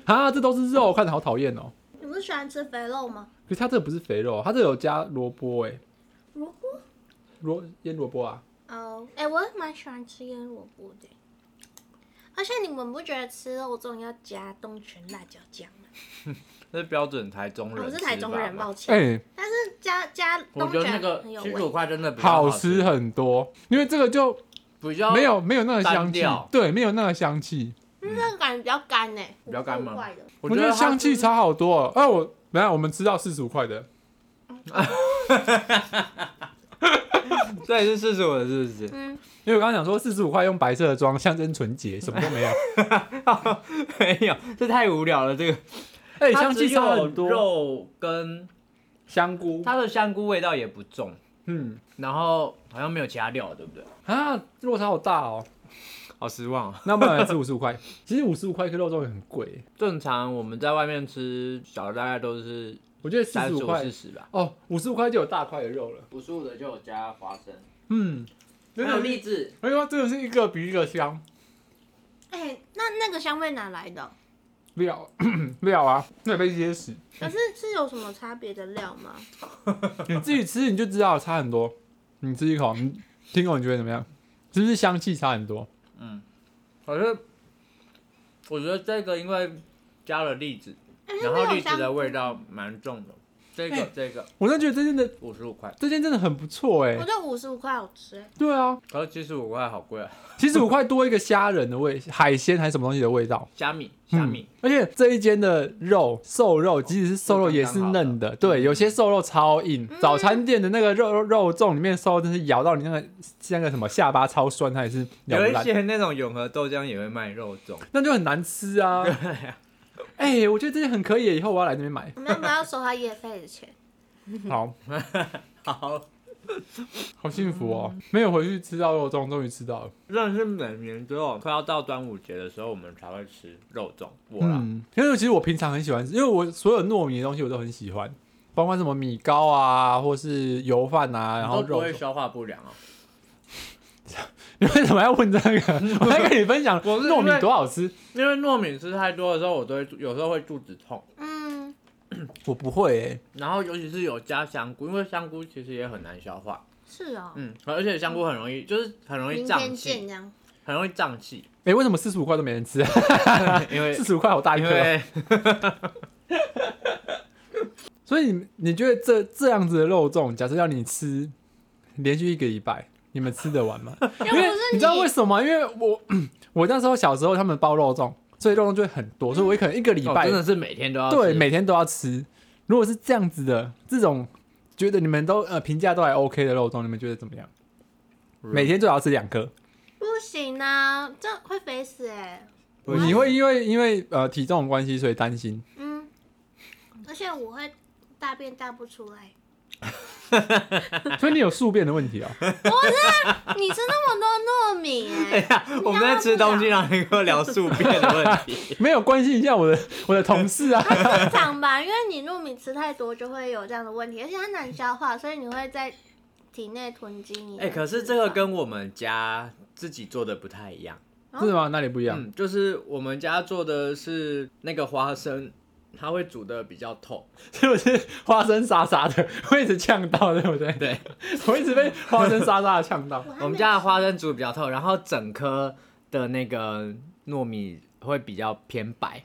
[SPEAKER 1] 啊？这都是肉，看着好讨厌哦。
[SPEAKER 2] 你不是喜欢吃肥肉吗？
[SPEAKER 1] 可是它这个不是肥肉，它这个有加萝卜哎，
[SPEAKER 2] 萝卜？
[SPEAKER 1] 萝腌萝卜啊。
[SPEAKER 2] 哦，哎，我也蛮喜欢吃腌萝卜的。而且你们不觉得吃肉粽要加东泉辣椒酱吗？
[SPEAKER 3] 这是标准台中
[SPEAKER 2] 啊
[SPEAKER 3] 人、
[SPEAKER 2] 我是台中人，抱，歉。
[SPEAKER 1] 哎、
[SPEAKER 2] 但是加加
[SPEAKER 3] 我
[SPEAKER 2] 东
[SPEAKER 3] 觉得那
[SPEAKER 2] 泉
[SPEAKER 3] 个
[SPEAKER 2] 很有
[SPEAKER 3] 七十五
[SPEAKER 2] 味，
[SPEAKER 3] 块真的比较
[SPEAKER 1] 好吃
[SPEAKER 3] 吃，
[SPEAKER 1] 很多，因为这个就
[SPEAKER 3] 比较
[SPEAKER 1] 没有没有那个香
[SPEAKER 3] 单
[SPEAKER 1] 气
[SPEAKER 3] 调，
[SPEAKER 1] 对，没有那个香气。
[SPEAKER 2] 嗯那个感觉比较干欸呢，
[SPEAKER 3] 比较干吗
[SPEAKER 2] 五块的
[SPEAKER 1] 我
[SPEAKER 3] 觉
[SPEAKER 1] 觉
[SPEAKER 3] 得
[SPEAKER 1] 得
[SPEAKER 3] 它
[SPEAKER 1] 香气
[SPEAKER 3] 是
[SPEAKER 1] 差好多、哦。哎、我等一下我们吃到四十五块的，
[SPEAKER 3] 所以是四十五的，是不是？
[SPEAKER 2] 嗯，
[SPEAKER 1] 因为我刚刚想说四十五块用白色的装象征纯 洁，什么都没有。
[SPEAKER 3] 没有，这太无聊了。这个
[SPEAKER 1] 哎、
[SPEAKER 3] 它
[SPEAKER 1] 香气
[SPEAKER 3] 只有
[SPEAKER 1] 差很多，
[SPEAKER 3] 肉跟
[SPEAKER 1] 香菇，
[SPEAKER 3] 它的香菇味道也不重，
[SPEAKER 1] 嗯
[SPEAKER 3] 然后好像没有其他料，对不对？
[SPEAKER 1] 啊，落差好大哦。
[SPEAKER 3] 好失望啊！
[SPEAKER 1] 那不然来吃五十五 块，其实五十五块一颗肉粽也很贵，
[SPEAKER 3] 正常我们在外面吃小的大概都是
[SPEAKER 1] 我觉得四
[SPEAKER 3] 三
[SPEAKER 1] 十
[SPEAKER 3] 十
[SPEAKER 1] 五
[SPEAKER 3] 五、
[SPEAKER 1] 块
[SPEAKER 3] 四十吧。
[SPEAKER 1] 哦，五十五块就有大块的肉了。
[SPEAKER 4] 不素的就有加花生，
[SPEAKER 1] 嗯，真
[SPEAKER 4] 还有
[SPEAKER 1] 的
[SPEAKER 4] 栗
[SPEAKER 1] 是，
[SPEAKER 4] 子，
[SPEAKER 1] 哎呦，这个是一个比一个香
[SPEAKER 2] 哎，那那个香味哪来的？
[SPEAKER 3] 嗯
[SPEAKER 1] 料 料啊，那也被噎死。
[SPEAKER 2] 可是是有什么差别的料吗？
[SPEAKER 1] 你自己吃你就知道差很多。你吃一口，你听口你觉得怎么样？是不是香气差很多？
[SPEAKER 3] 反正我觉得这个因为加了栗子，
[SPEAKER 2] 哎
[SPEAKER 3] 然后栗子的，
[SPEAKER 2] 那没有香
[SPEAKER 3] 味道蛮重的。这个
[SPEAKER 1] 哎
[SPEAKER 3] 这个
[SPEAKER 1] 我真的觉得这件的
[SPEAKER 3] 五十五块，
[SPEAKER 1] 这件真的很不错哎、
[SPEAKER 2] 我觉得五十五块好吃哎。
[SPEAKER 1] 对啊，
[SPEAKER 3] 可是七十五块好贵啊！
[SPEAKER 1] 其实五块多一个虾仁的味，海鲜还是什么东西的味道。
[SPEAKER 3] 虾米虾米，
[SPEAKER 1] 而且这一间的肉瘦肉，即使是瘦肉也是嫩
[SPEAKER 3] 嗯
[SPEAKER 1] 的，对，有些瘦肉超硬。
[SPEAKER 2] 嗯
[SPEAKER 1] 早餐店的那个肉肉肉粽里面瘦肉，真是咬到你那个那个什么下巴超酸，它也是咬
[SPEAKER 3] 有
[SPEAKER 1] 不
[SPEAKER 3] 一
[SPEAKER 1] 烂，
[SPEAKER 3] 些那种永和豆浆也会卖肉粽，
[SPEAKER 1] 那就很难吃 啊。哎、我觉得这些很可以，以后我要来这边买。
[SPEAKER 2] 我们要不要收他夜费的钱？
[SPEAKER 3] 嗯
[SPEAKER 1] 好，
[SPEAKER 3] 好，
[SPEAKER 1] 好幸福哦，没有回去吃到肉粽，终于吃到了。
[SPEAKER 3] 真的是每年只有快要到端午节的时候，我们才会吃肉粽。我啦，
[SPEAKER 1] 嗯，因为其实我平常很喜欢吃，因为我所有糯米的东西我都很喜欢，包括什么米糕啊，或是油饭啊，然
[SPEAKER 3] 然
[SPEAKER 1] 后
[SPEAKER 3] 后不
[SPEAKER 1] 肉
[SPEAKER 3] 会
[SPEAKER 1] 粽。
[SPEAKER 3] 消化不良哦。
[SPEAKER 1] 你为什么要问这 个？我在跟你分享
[SPEAKER 3] 我是
[SPEAKER 1] 糯
[SPEAKER 3] 因为
[SPEAKER 1] 米多好吃，
[SPEAKER 3] 因为糯米吃太多的时候，我都会有时候会肚子痛，
[SPEAKER 2] 嗯，
[SPEAKER 1] 我不会欸诶、
[SPEAKER 3] 然后尤其是有加香菇，因为香菇其实也很难消化，
[SPEAKER 2] 是哦，
[SPEAKER 3] 嗯，而且香菇很容易就是很容易
[SPEAKER 2] 明
[SPEAKER 3] 胀
[SPEAKER 2] 天见
[SPEAKER 3] 气，
[SPEAKER 2] 这样。
[SPEAKER 3] 很容易胀气，
[SPEAKER 1] 哎、为什么四十五块都没人吃、啊？
[SPEAKER 3] 因为
[SPEAKER 1] 四十五块好大一
[SPEAKER 3] 因
[SPEAKER 1] 颗哦。
[SPEAKER 3] 为
[SPEAKER 1] 所以你你觉得这这样子的肉粽，假设要你吃连续一个礼拜，你们吃得完吗？因为
[SPEAKER 2] 不是
[SPEAKER 1] 你知道为什么吗？因为我 我那时候小时候他们包肉粽，所以肉粽就会很
[SPEAKER 2] 嗯
[SPEAKER 1] 多，所以我可能一个礼
[SPEAKER 3] 哦
[SPEAKER 1] 拜、
[SPEAKER 3] 真的是每天都要吃
[SPEAKER 1] 对每天都要吃。如果是这样子的这种。觉得你们都呃评价都还 OK 的肉粽，你们觉得怎么样？每天最好吃两颗，
[SPEAKER 2] 不行啊，这会肥死哎。
[SPEAKER 3] 不行
[SPEAKER 1] 你会因为因为呃体重的关系所以担 心，
[SPEAKER 2] 嗯，而且我会大便大不出来。
[SPEAKER 1] 所以你有宿便的问 题哦。
[SPEAKER 2] 你吃那么多糯米 哎，
[SPEAKER 3] 我们在吃东西，然后你跟我聊宿便的问题，
[SPEAKER 1] 没有关心一下我的我的同事 啊。
[SPEAKER 2] 正常吧？因为你糯米吃太多就会有这样的问题，而且它难消化，所以你会在体内囤积你的脂 肪。
[SPEAKER 3] 哎、可是这个跟我们家自己做的不太一样。
[SPEAKER 1] 是吗？哪里不一样？
[SPEAKER 3] 啊嗯，就是我们家做的是那个花生，它会煮的比较透。
[SPEAKER 1] 是不是花生沙沙的？ 我一直呛到，对不对？
[SPEAKER 3] 对，
[SPEAKER 1] 我一直被花生沙沙的呛到。
[SPEAKER 2] 还没
[SPEAKER 3] 我们家的花生煮得比较透，然后整颗的那个糯米会比较偏白。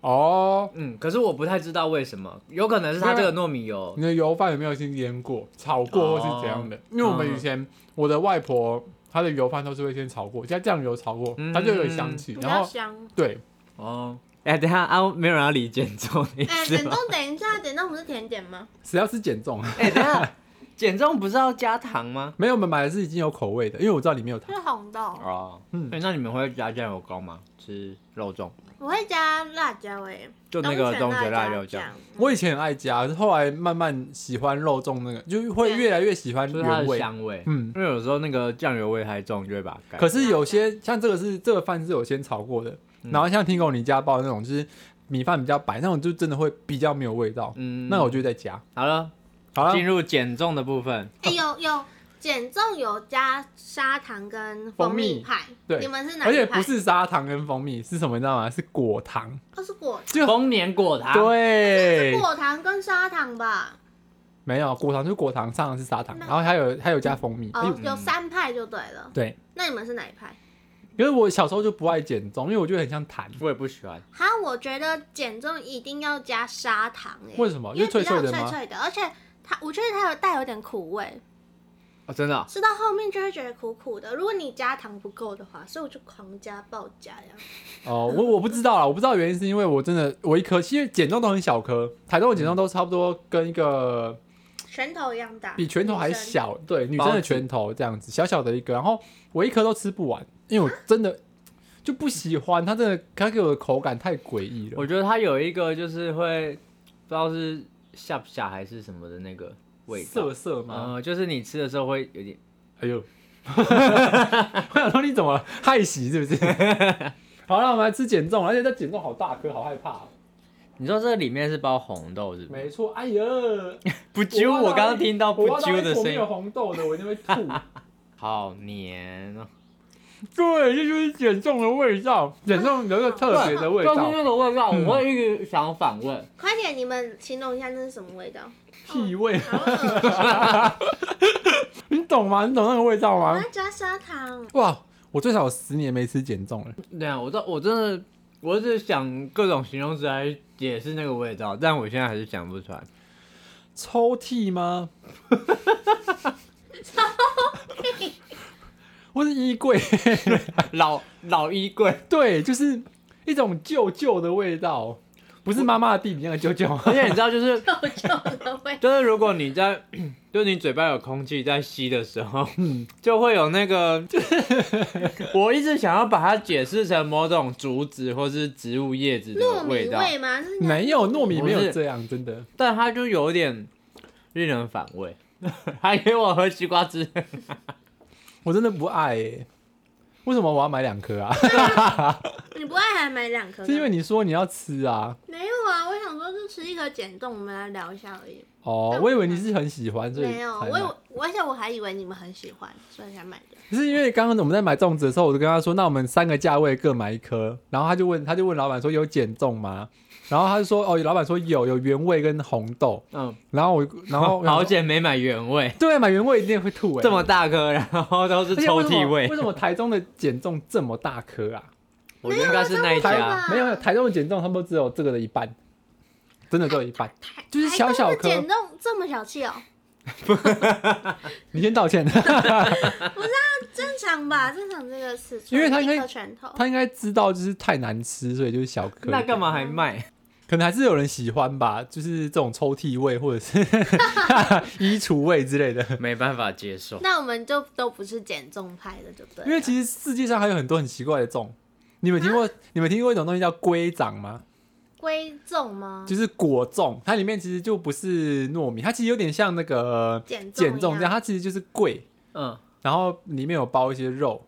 [SPEAKER 1] 哦，
[SPEAKER 3] 嗯，可是我不太知道为什么，有可能是它这个糯米有
[SPEAKER 1] 你的油饭有没有先腌过、炒过
[SPEAKER 3] 哦嗯
[SPEAKER 1] 或是怎样的？因为我们以前我的外婆她的油饭都是会先炒过，加酱油炒过
[SPEAKER 3] 嗯，
[SPEAKER 1] 它就有香气。
[SPEAKER 2] 比
[SPEAKER 1] 然
[SPEAKER 2] 较
[SPEAKER 1] 后
[SPEAKER 2] 香，
[SPEAKER 1] 对，
[SPEAKER 3] 哦，哎、等一下啊，没有人要理减重的意
[SPEAKER 2] 哎，
[SPEAKER 3] 思
[SPEAKER 2] 点
[SPEAKER 3] 吗？
[SPEAKER 2] 动，等一下，点动不是甜点吗？
[SPEAKER 1] 谁要吃减重啊？
[SPEAKER 3] 哎、等一下，减重不是要加糖吗？
[SPEAKER 1] 没有，我们买的是已经有口味的，因为我知道里面有糖。
[SPEAKER 2] 是红豆，
[SPEAKER 3] 哦，
[SPEAKER 1] 嗯
[SPEAKER 3] 嗯、那你们会加酱油膏吗？吃肉粽，
[SPEAKER 2] 我会加辣椒诶，
[SPEAKER 3] 就那个
[SPEAKER 2] 东
[SPEAKER 3] 东
[SPEAKER 2] 泉
[SPEAKER 3] 泉
[SPEAKER 2] 辣
[SPEAKER 3] 辣椒酱，
[SPEAKER 2] 酱。
[SPEAKER 1] 我以前很爱加，后来慢慢喜欢肉粽那个，就会
[SPEAKER 2] 对
[SPEAKER 1] 越来越喜欢
[SPEAKER 3] 就是它
[SPEAKER 1] 原
[SPEAKER 3] 的
[SPEAKER 1] 味。
[SPEAKER 3] 香味。
[SPEAKER 1] 嗯，
[SPEAKER 3] 因为有时候那个酱油味太重，就会把它盖。
[SPEAKER 1] 可是有些像这个是这个饭是有先炒过的，
[SPEAKER 3] 嗯
[SPEAKER 1] 然后像听狗你家包那种，就是米饭比较白那种，就真的会比较没有味道。
[SPEAKER 3] 嗯
[SPEAKER 1] 那我就再加。
[SPEAKER 3] 好了，
[SPEAKER 1] 好了，
[SPEAKER 3] 进入减重的部分。
[SPEAKER 2] 哎，有有减重有加砂糖跟蜂蜜派，
[SPEAKER 1] 对
[SPEAKER 2] 你们是哪
[SPEAKER 1] 而
[SPEAKER 2] 一
[SPEAKER 1] 且
[SPEAKER 2] 派？
[SPEAKER 1] 不是砂糖跟蜂蜜，是什么你知道吗？是果糖。
[SPEAKER 2] 哦，是果
[SPEAKER 1] 就
[SPEAKER 3] 丰年果糖，
[SPEAKER 1] 对，
[SPEAKER 2] 果糖跟砂糖吧？
[SPEAKER 1] 没有果糖就是果糖，上的是砂糖，
[SPEAKER 2] 那
[SPEAKER 1] 然后还有还有加蜂蜜。哎
[SPEAKER 2] 哦
[SPEAKER 1] 呦，
[SPEAKER 2] 有三派就对了。
[SPEAKER 1] 对，
[SPEAKER 2] 那你们是哪一派？
[SPEAKER 1] 因为我小时候就不爱减重，因为我觉得很像痰。
[SPEAKER 3] 我也不喜欢。
[SPEAKER 2] 哈，我觉得减重一定要加砂糖诶，
[SPEAKER 1] 为什么？
[SPEAKER 2] 因为
[SPEAKER 1] 就脆
[SPEAKER 2] 比较
[SPEAKER 1] 的
[SPEAKER 2] 脆
[SPEAKER 1] 吗？
[SPEAKER 2] 脆的，而且它，我觉得它有带有点苦味，
[SPEAKER 3] 哦，真的
[SPEAKER 1] 啊
[SPEAKER 3] 哦、
[SPEAKER 2] 吃到后面就会觉得苦苦的。如果你加糖不够的话，所以我就狂加爆加呀。
[SPEAKER 1] 哦，我我不知道啦，我不知道原因是因为我真的我一颗，因为减重都很小颗，台中的减重都差不多跟一个
[SPEAKER 2] 拳头一样大，
[SPEAKER 1] 比拳头还
[SPEAKER 2] 嗯女生。
[SPEAKER 1] 小，对，女生的拳头这样子，小小的一个，然后我一颗都吃不完，因为我真的就不喜欢它，真的它给我的口感太诡异了
[SPEAKER 3] 我。觉得它有一个就是会不知道是下不下还是什么的那个味道
[SPEAKER 1] 涩，涩吗？
[SPEAKER 3] 呃，就是你吃的时候会有点
[SPEAKER 1] 哎呦， 我想说你怎么了害喜是不 是？好了，我们来吃减重，而且这减重好大颗，好害怕哦。
[SPEAKER 3] 你说这里面是包红豆是不
[SPEAKER 1] 没
[SPEAKER 3] 是？
[SPEAKER 1] 错，哎 呀，
[SPEAKER 3] 不揪，我刚刚听到不
[SPEAKER 1] 我挖到
[SPEAKER 3] 揪
[SPEAKER 1] 一
[SPEAKER 3] 的
[SPEAKER 1] 坨
[SPEAKER 3] 声
[SPEAKER 1] 没
[SPEAKER 3] 音
[SPEAKER 1] 有，红豆的，我一定会 吐。
[SPEAKER 3] 好黏哦，
[SPEAKER 1] 对，这就是减重的味道，减重有一个特别的味道，
[SPEAKER 3] 那个味道，
[SPEAKER 1] 嗯
[SPEAKER 3] 我会一直想反问，
[SPEAKER 2] 快点，你们形容一下那是什么味道？
[SPEAKER 1] 屁味，
[SPEAKER 2] 好恶，
[SPEAKER 3] 啊
[SPEAKER 1] 你懂吗？你懂那个味道
[SPEAKER 2] 我
[SPEAKER 1] 吗
[SPEAKER 2] 要？加砂糖。
[SPEAKER 1] 哇，我最少有十年没吃减重了。
[SPEAKER 3] 对啊，我真我真的。我一直想各种形容词来解释那个味道，但我现在还是想不出来。
[SPEAKER 1] 抽屉 吗？或是衣柜？
[SPEAKER 3] 老老衣柜，
[SPEAKER 1] 对，就是一种旧旧的味道，不是妈妈的弟弟那个旧 旧。
[SPEAKER 3] 而且你知道，就是
[SPEAKER 2] 臭臭的味道，
[SPEAKER 3] 就是如果你在， 就是你嘴巴有空气在吸的时候，
[SPEAKER 1] 嗯
[SPEAKER 3] 就会有那个， 就是我一直想要把它解释成某种竹子或是植物叶子
[SPEAKER 2] 糯
[SPEAKER 3] 的味
[SPEAKER 2] 米
[SPEAKER 3] 道，
[SPEAKER 2] 味吗？是那
[SPEAKER 1] 没有糯米
[SPEAKER 3] 不
[SPEAKER 1] 没
[SPEAKER 3] 是
[SPEAKER 1] 有这样，真的。
[SPEAKER 3] 但它就有点令人反 胃。还给我喝西瓜汁，
[SPEAKER 1] 我真的不爱、欸。为什么我要买两颗啊？
[SPEAKER 2] 你不爱还买两颗？
[SPEAKER 1] 是因为你说你要吃啊？
[SPEAKER 2] 没有啊，我想说就吃一颗减重，我们来聊一下而已。
[SPEAKER 1] 哦，
[SPEAKER 2] 但
[SPEAKER 1] 我以为你是很喜欢，所以
[SPEAKER 2] 没有，
[SPEAKER 1] 才
[SPEAKER 2] 我以
[SPEAKER 1] 买
[SPEAKER 2] 为我而且我还以为你们很喜欢，所以才买的。
[SPEAKER 1] 是因为刚刚我们在买粽子的时候，我就跟他说，那我们三个价位各买一颗，然后他就问，他就问老板说有减重吗？然后他就说，哦，老板说有，有原味跟红豆。
[SPEAKER 3] 嗯，
[SPEAKER 1] 然后我，然后
[SPEAKER 3] 好险没买原味，
[SPEAKER 1] 对，买原味一定会吐哎、
[SPEAKER 3] 这么大颗，然后都是
[SPEAKER 1] 而且
[SPEAKER 3] 抽
[SPEAKER 1] 为什么
[SPEAKER 3] 屉味
[SPEAKER 1] 为，什么台中的减重这么大颗啊？
[SPEAKER 3] 我觉得应该是那一
[SPEAKER 2] 没有这么
[SPEAKER 3] 家
[SPEAKER 2] 大，
[SPEAKER 1] 没有，没有台中的减重差不多只有这个的一半，真的只有一半。
[SPEAKER 2] 台
[SPEAKER 1] 就是小小
[SPEAKER 2] 台
[SPEAKER 1] 颗
[SPEAKER 2] 中的减重这么小气哦，
[SPEAKER 1] 你先道歉，
[SPEAKER 2] 正常吧？正常这个尺寸，
[SPEAKER 1] 因为它应该
[SPEAKER 2] 一颗拳头。
[SPEAKER 1] 他应该知道就是太难吃，所以就是小颗。
[SPEAKER 3] 那干？嘛还卖？
[SPEAKER 1] 可能还是有人喜欢吧，就是这种抽屉味或者是 衣橱味之类的。
[SPEAKER 3] 没办法接受，
[SPEAKER 2] 那我们就都不是减重派的，对不对了？
[SPEAKER 1] 因为其实世界上还有很多很奇怪的粽，你们听过、你们听过一种东西叫龟掌吗？
[SPEAKER 2] 龟重吗？
[SPEAKER 1] 就是果粽，它里面其实就不是糯米，它其实有点像那个
[SPEAKER 2] 减
[SPEAKER 1] 减重
[SPEAKER 2] 一
[SPEAKER 1] 这样，它其实就是桂，
[SPEAKER 3] 嗯，
[SPEAKER 1] 然后里面有包一些肉，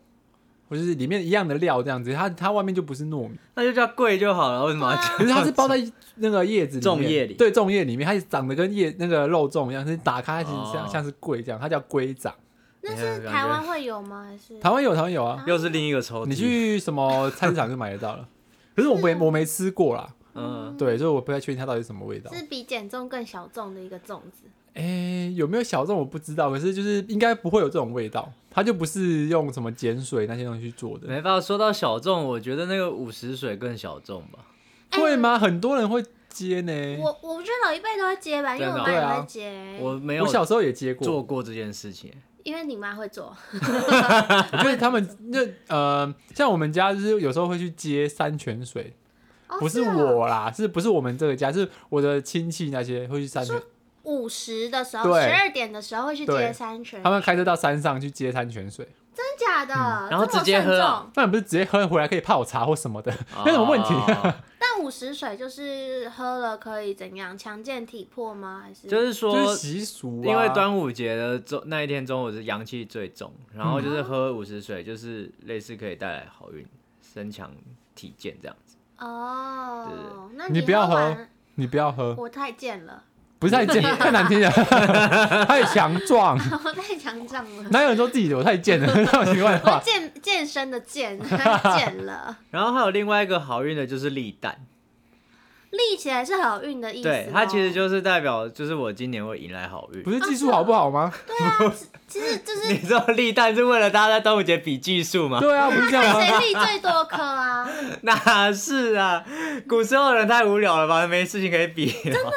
[SPEAKER 1] 或者是里面一样的料这样子，它它外面就不是糯米，
[SPEAKER 3] 那就叫贵就好了，为什么要加
[SPEAKER 1] 可是它是包在那个叶子里面
[SPEAKER 3] 粽叶里
[SPEAKER 1] 对，粽叶里面，它长得跟叶那个肉粽一样，是打开它其实像、
[SPEAKER 3] 哦
[SPEAKER 1] 像是桂这样，它叫龟掌。
[SPEAKER 2] 那
[SPEAKER 1] 哎
[SPEAKER 2] 是台湾会有吗？还是
[SPEAKER 1] 台湾有，台湾有啊，
[SPEAKER 3] 又是另一个抽屉？
[SPEAKER 1] 你去什么菜市场就买得到了，可是我没我没吃过啦。
[SPEAKER 3] 嗯，
[SPEAKER 1] 对，所以我不太确定它到底是什么味道。
[SPEAKER 2] 是比减重更小众的一个粽子？
[SPEAKER 1] 哎、有没有小众我不知道，可是就是应该不会有这种味道，它就不是用什么碱水那些东西去做的，
[SPEAKER 3] 没办法，说到小众，我觉得那个五十水更小众吧。
[SPEAKER 1] 会吗？很多人会接呢。
[SPEAKER 2] 我我觉得老一辈都会接吧，因为我妈
[SPEAKER 3] 真
[SPEAKER 1] 的
[SPEAKER 2] 也
[SPEAKER 1] 哦
[SPEAKER 2] 会接，
[SPEAKER 3] 我没有
[SPEAKER 1] 我小时候也接过，
[SPEAKER 3] 做过这件事情，
[SPEAKER 2] 因为你妈会做。
[SPEAKER 1] 我觉得他们那呃，像我们家就是有时候会去接山泉水，
[SPEAKER 2] 哦
[SPEAKER 1] 不是
[SPEAKER 2] 啊
[SPEAKER 1] 我啦，是不是我们这个家，是我的亲戚那些会去山泉，
[SPEAKER 2] 午时的时候，
[SPEAKER 1] 对
[SPEAKER 2] 十二点的时候会去
[SPEAKER 1] 对
[SPEAKER 2] 接山泉，
[SPEAKER 1] 他们开车到山上去接山泉水，
[SPEAKER 2] 真假的？
[SPEAKER 3] 然后
[SPEAKER 2] 这么
[SPEAKER 3] 直接喝啊
[SPEAKER 2] 慎重
[SPEAKER 1] 那你不是直接喝回来可以泡茶或什么的，那有什么问题啊？
[SPEAKER 3] 哦
[SPEAKER 2] 但午时水就是喝了可以怎样？强健体魄吗？还 是
[SPEAKER 3] 就是说，
[SPEAKER 1] 就是习俗啊。
[SPEAKER 3] 因为端午节的中那一天中午是阳气最重，然后就是喝五十水，就是类似可以带来好运、增强体健这样子。
[SPEAKER 2] 哦，那
[SPEAKER 1] 你不要喝
[SPEAKER 2] 完，
[SPEAKER 1] 你不要喝，
[SPEAKER 2] 我太贱了，
[SPEAKER 1] 不是太 贱，太难听了， 太强壮，
[SPEAKER 2] 我太强壮了。
[SPEAKER 1] 哪有人说自己有太 贱了？那种奇怪的
[SPEAKER 2] 我
[SPEAKER 1] 话，
[SPEAKER 2] 健健身的健，太贱了，
[SPEAKER 3] 然后还有另外一个好运的就是立蛋，
[SPEAKER 2] 立起来是好运的意思哦。
[SPEAKER 3] 对，它其实就是代表就是我今年会迎来好运
[SPEAKER 1] 不。是技术好不好吗？
[SPEAKER 2] 对啊，其实就是
[SPEAKER 3] 你知道立蛋是为了大家在端午节比技术吗？
[SPEAKER 1] 对啊，不是这样吗？
[SPEAKER 2] 谁立最多颗啊？
[SPEAKER 3] 哪是啊，古时候的人太无聊了吧，没事情可以比，真的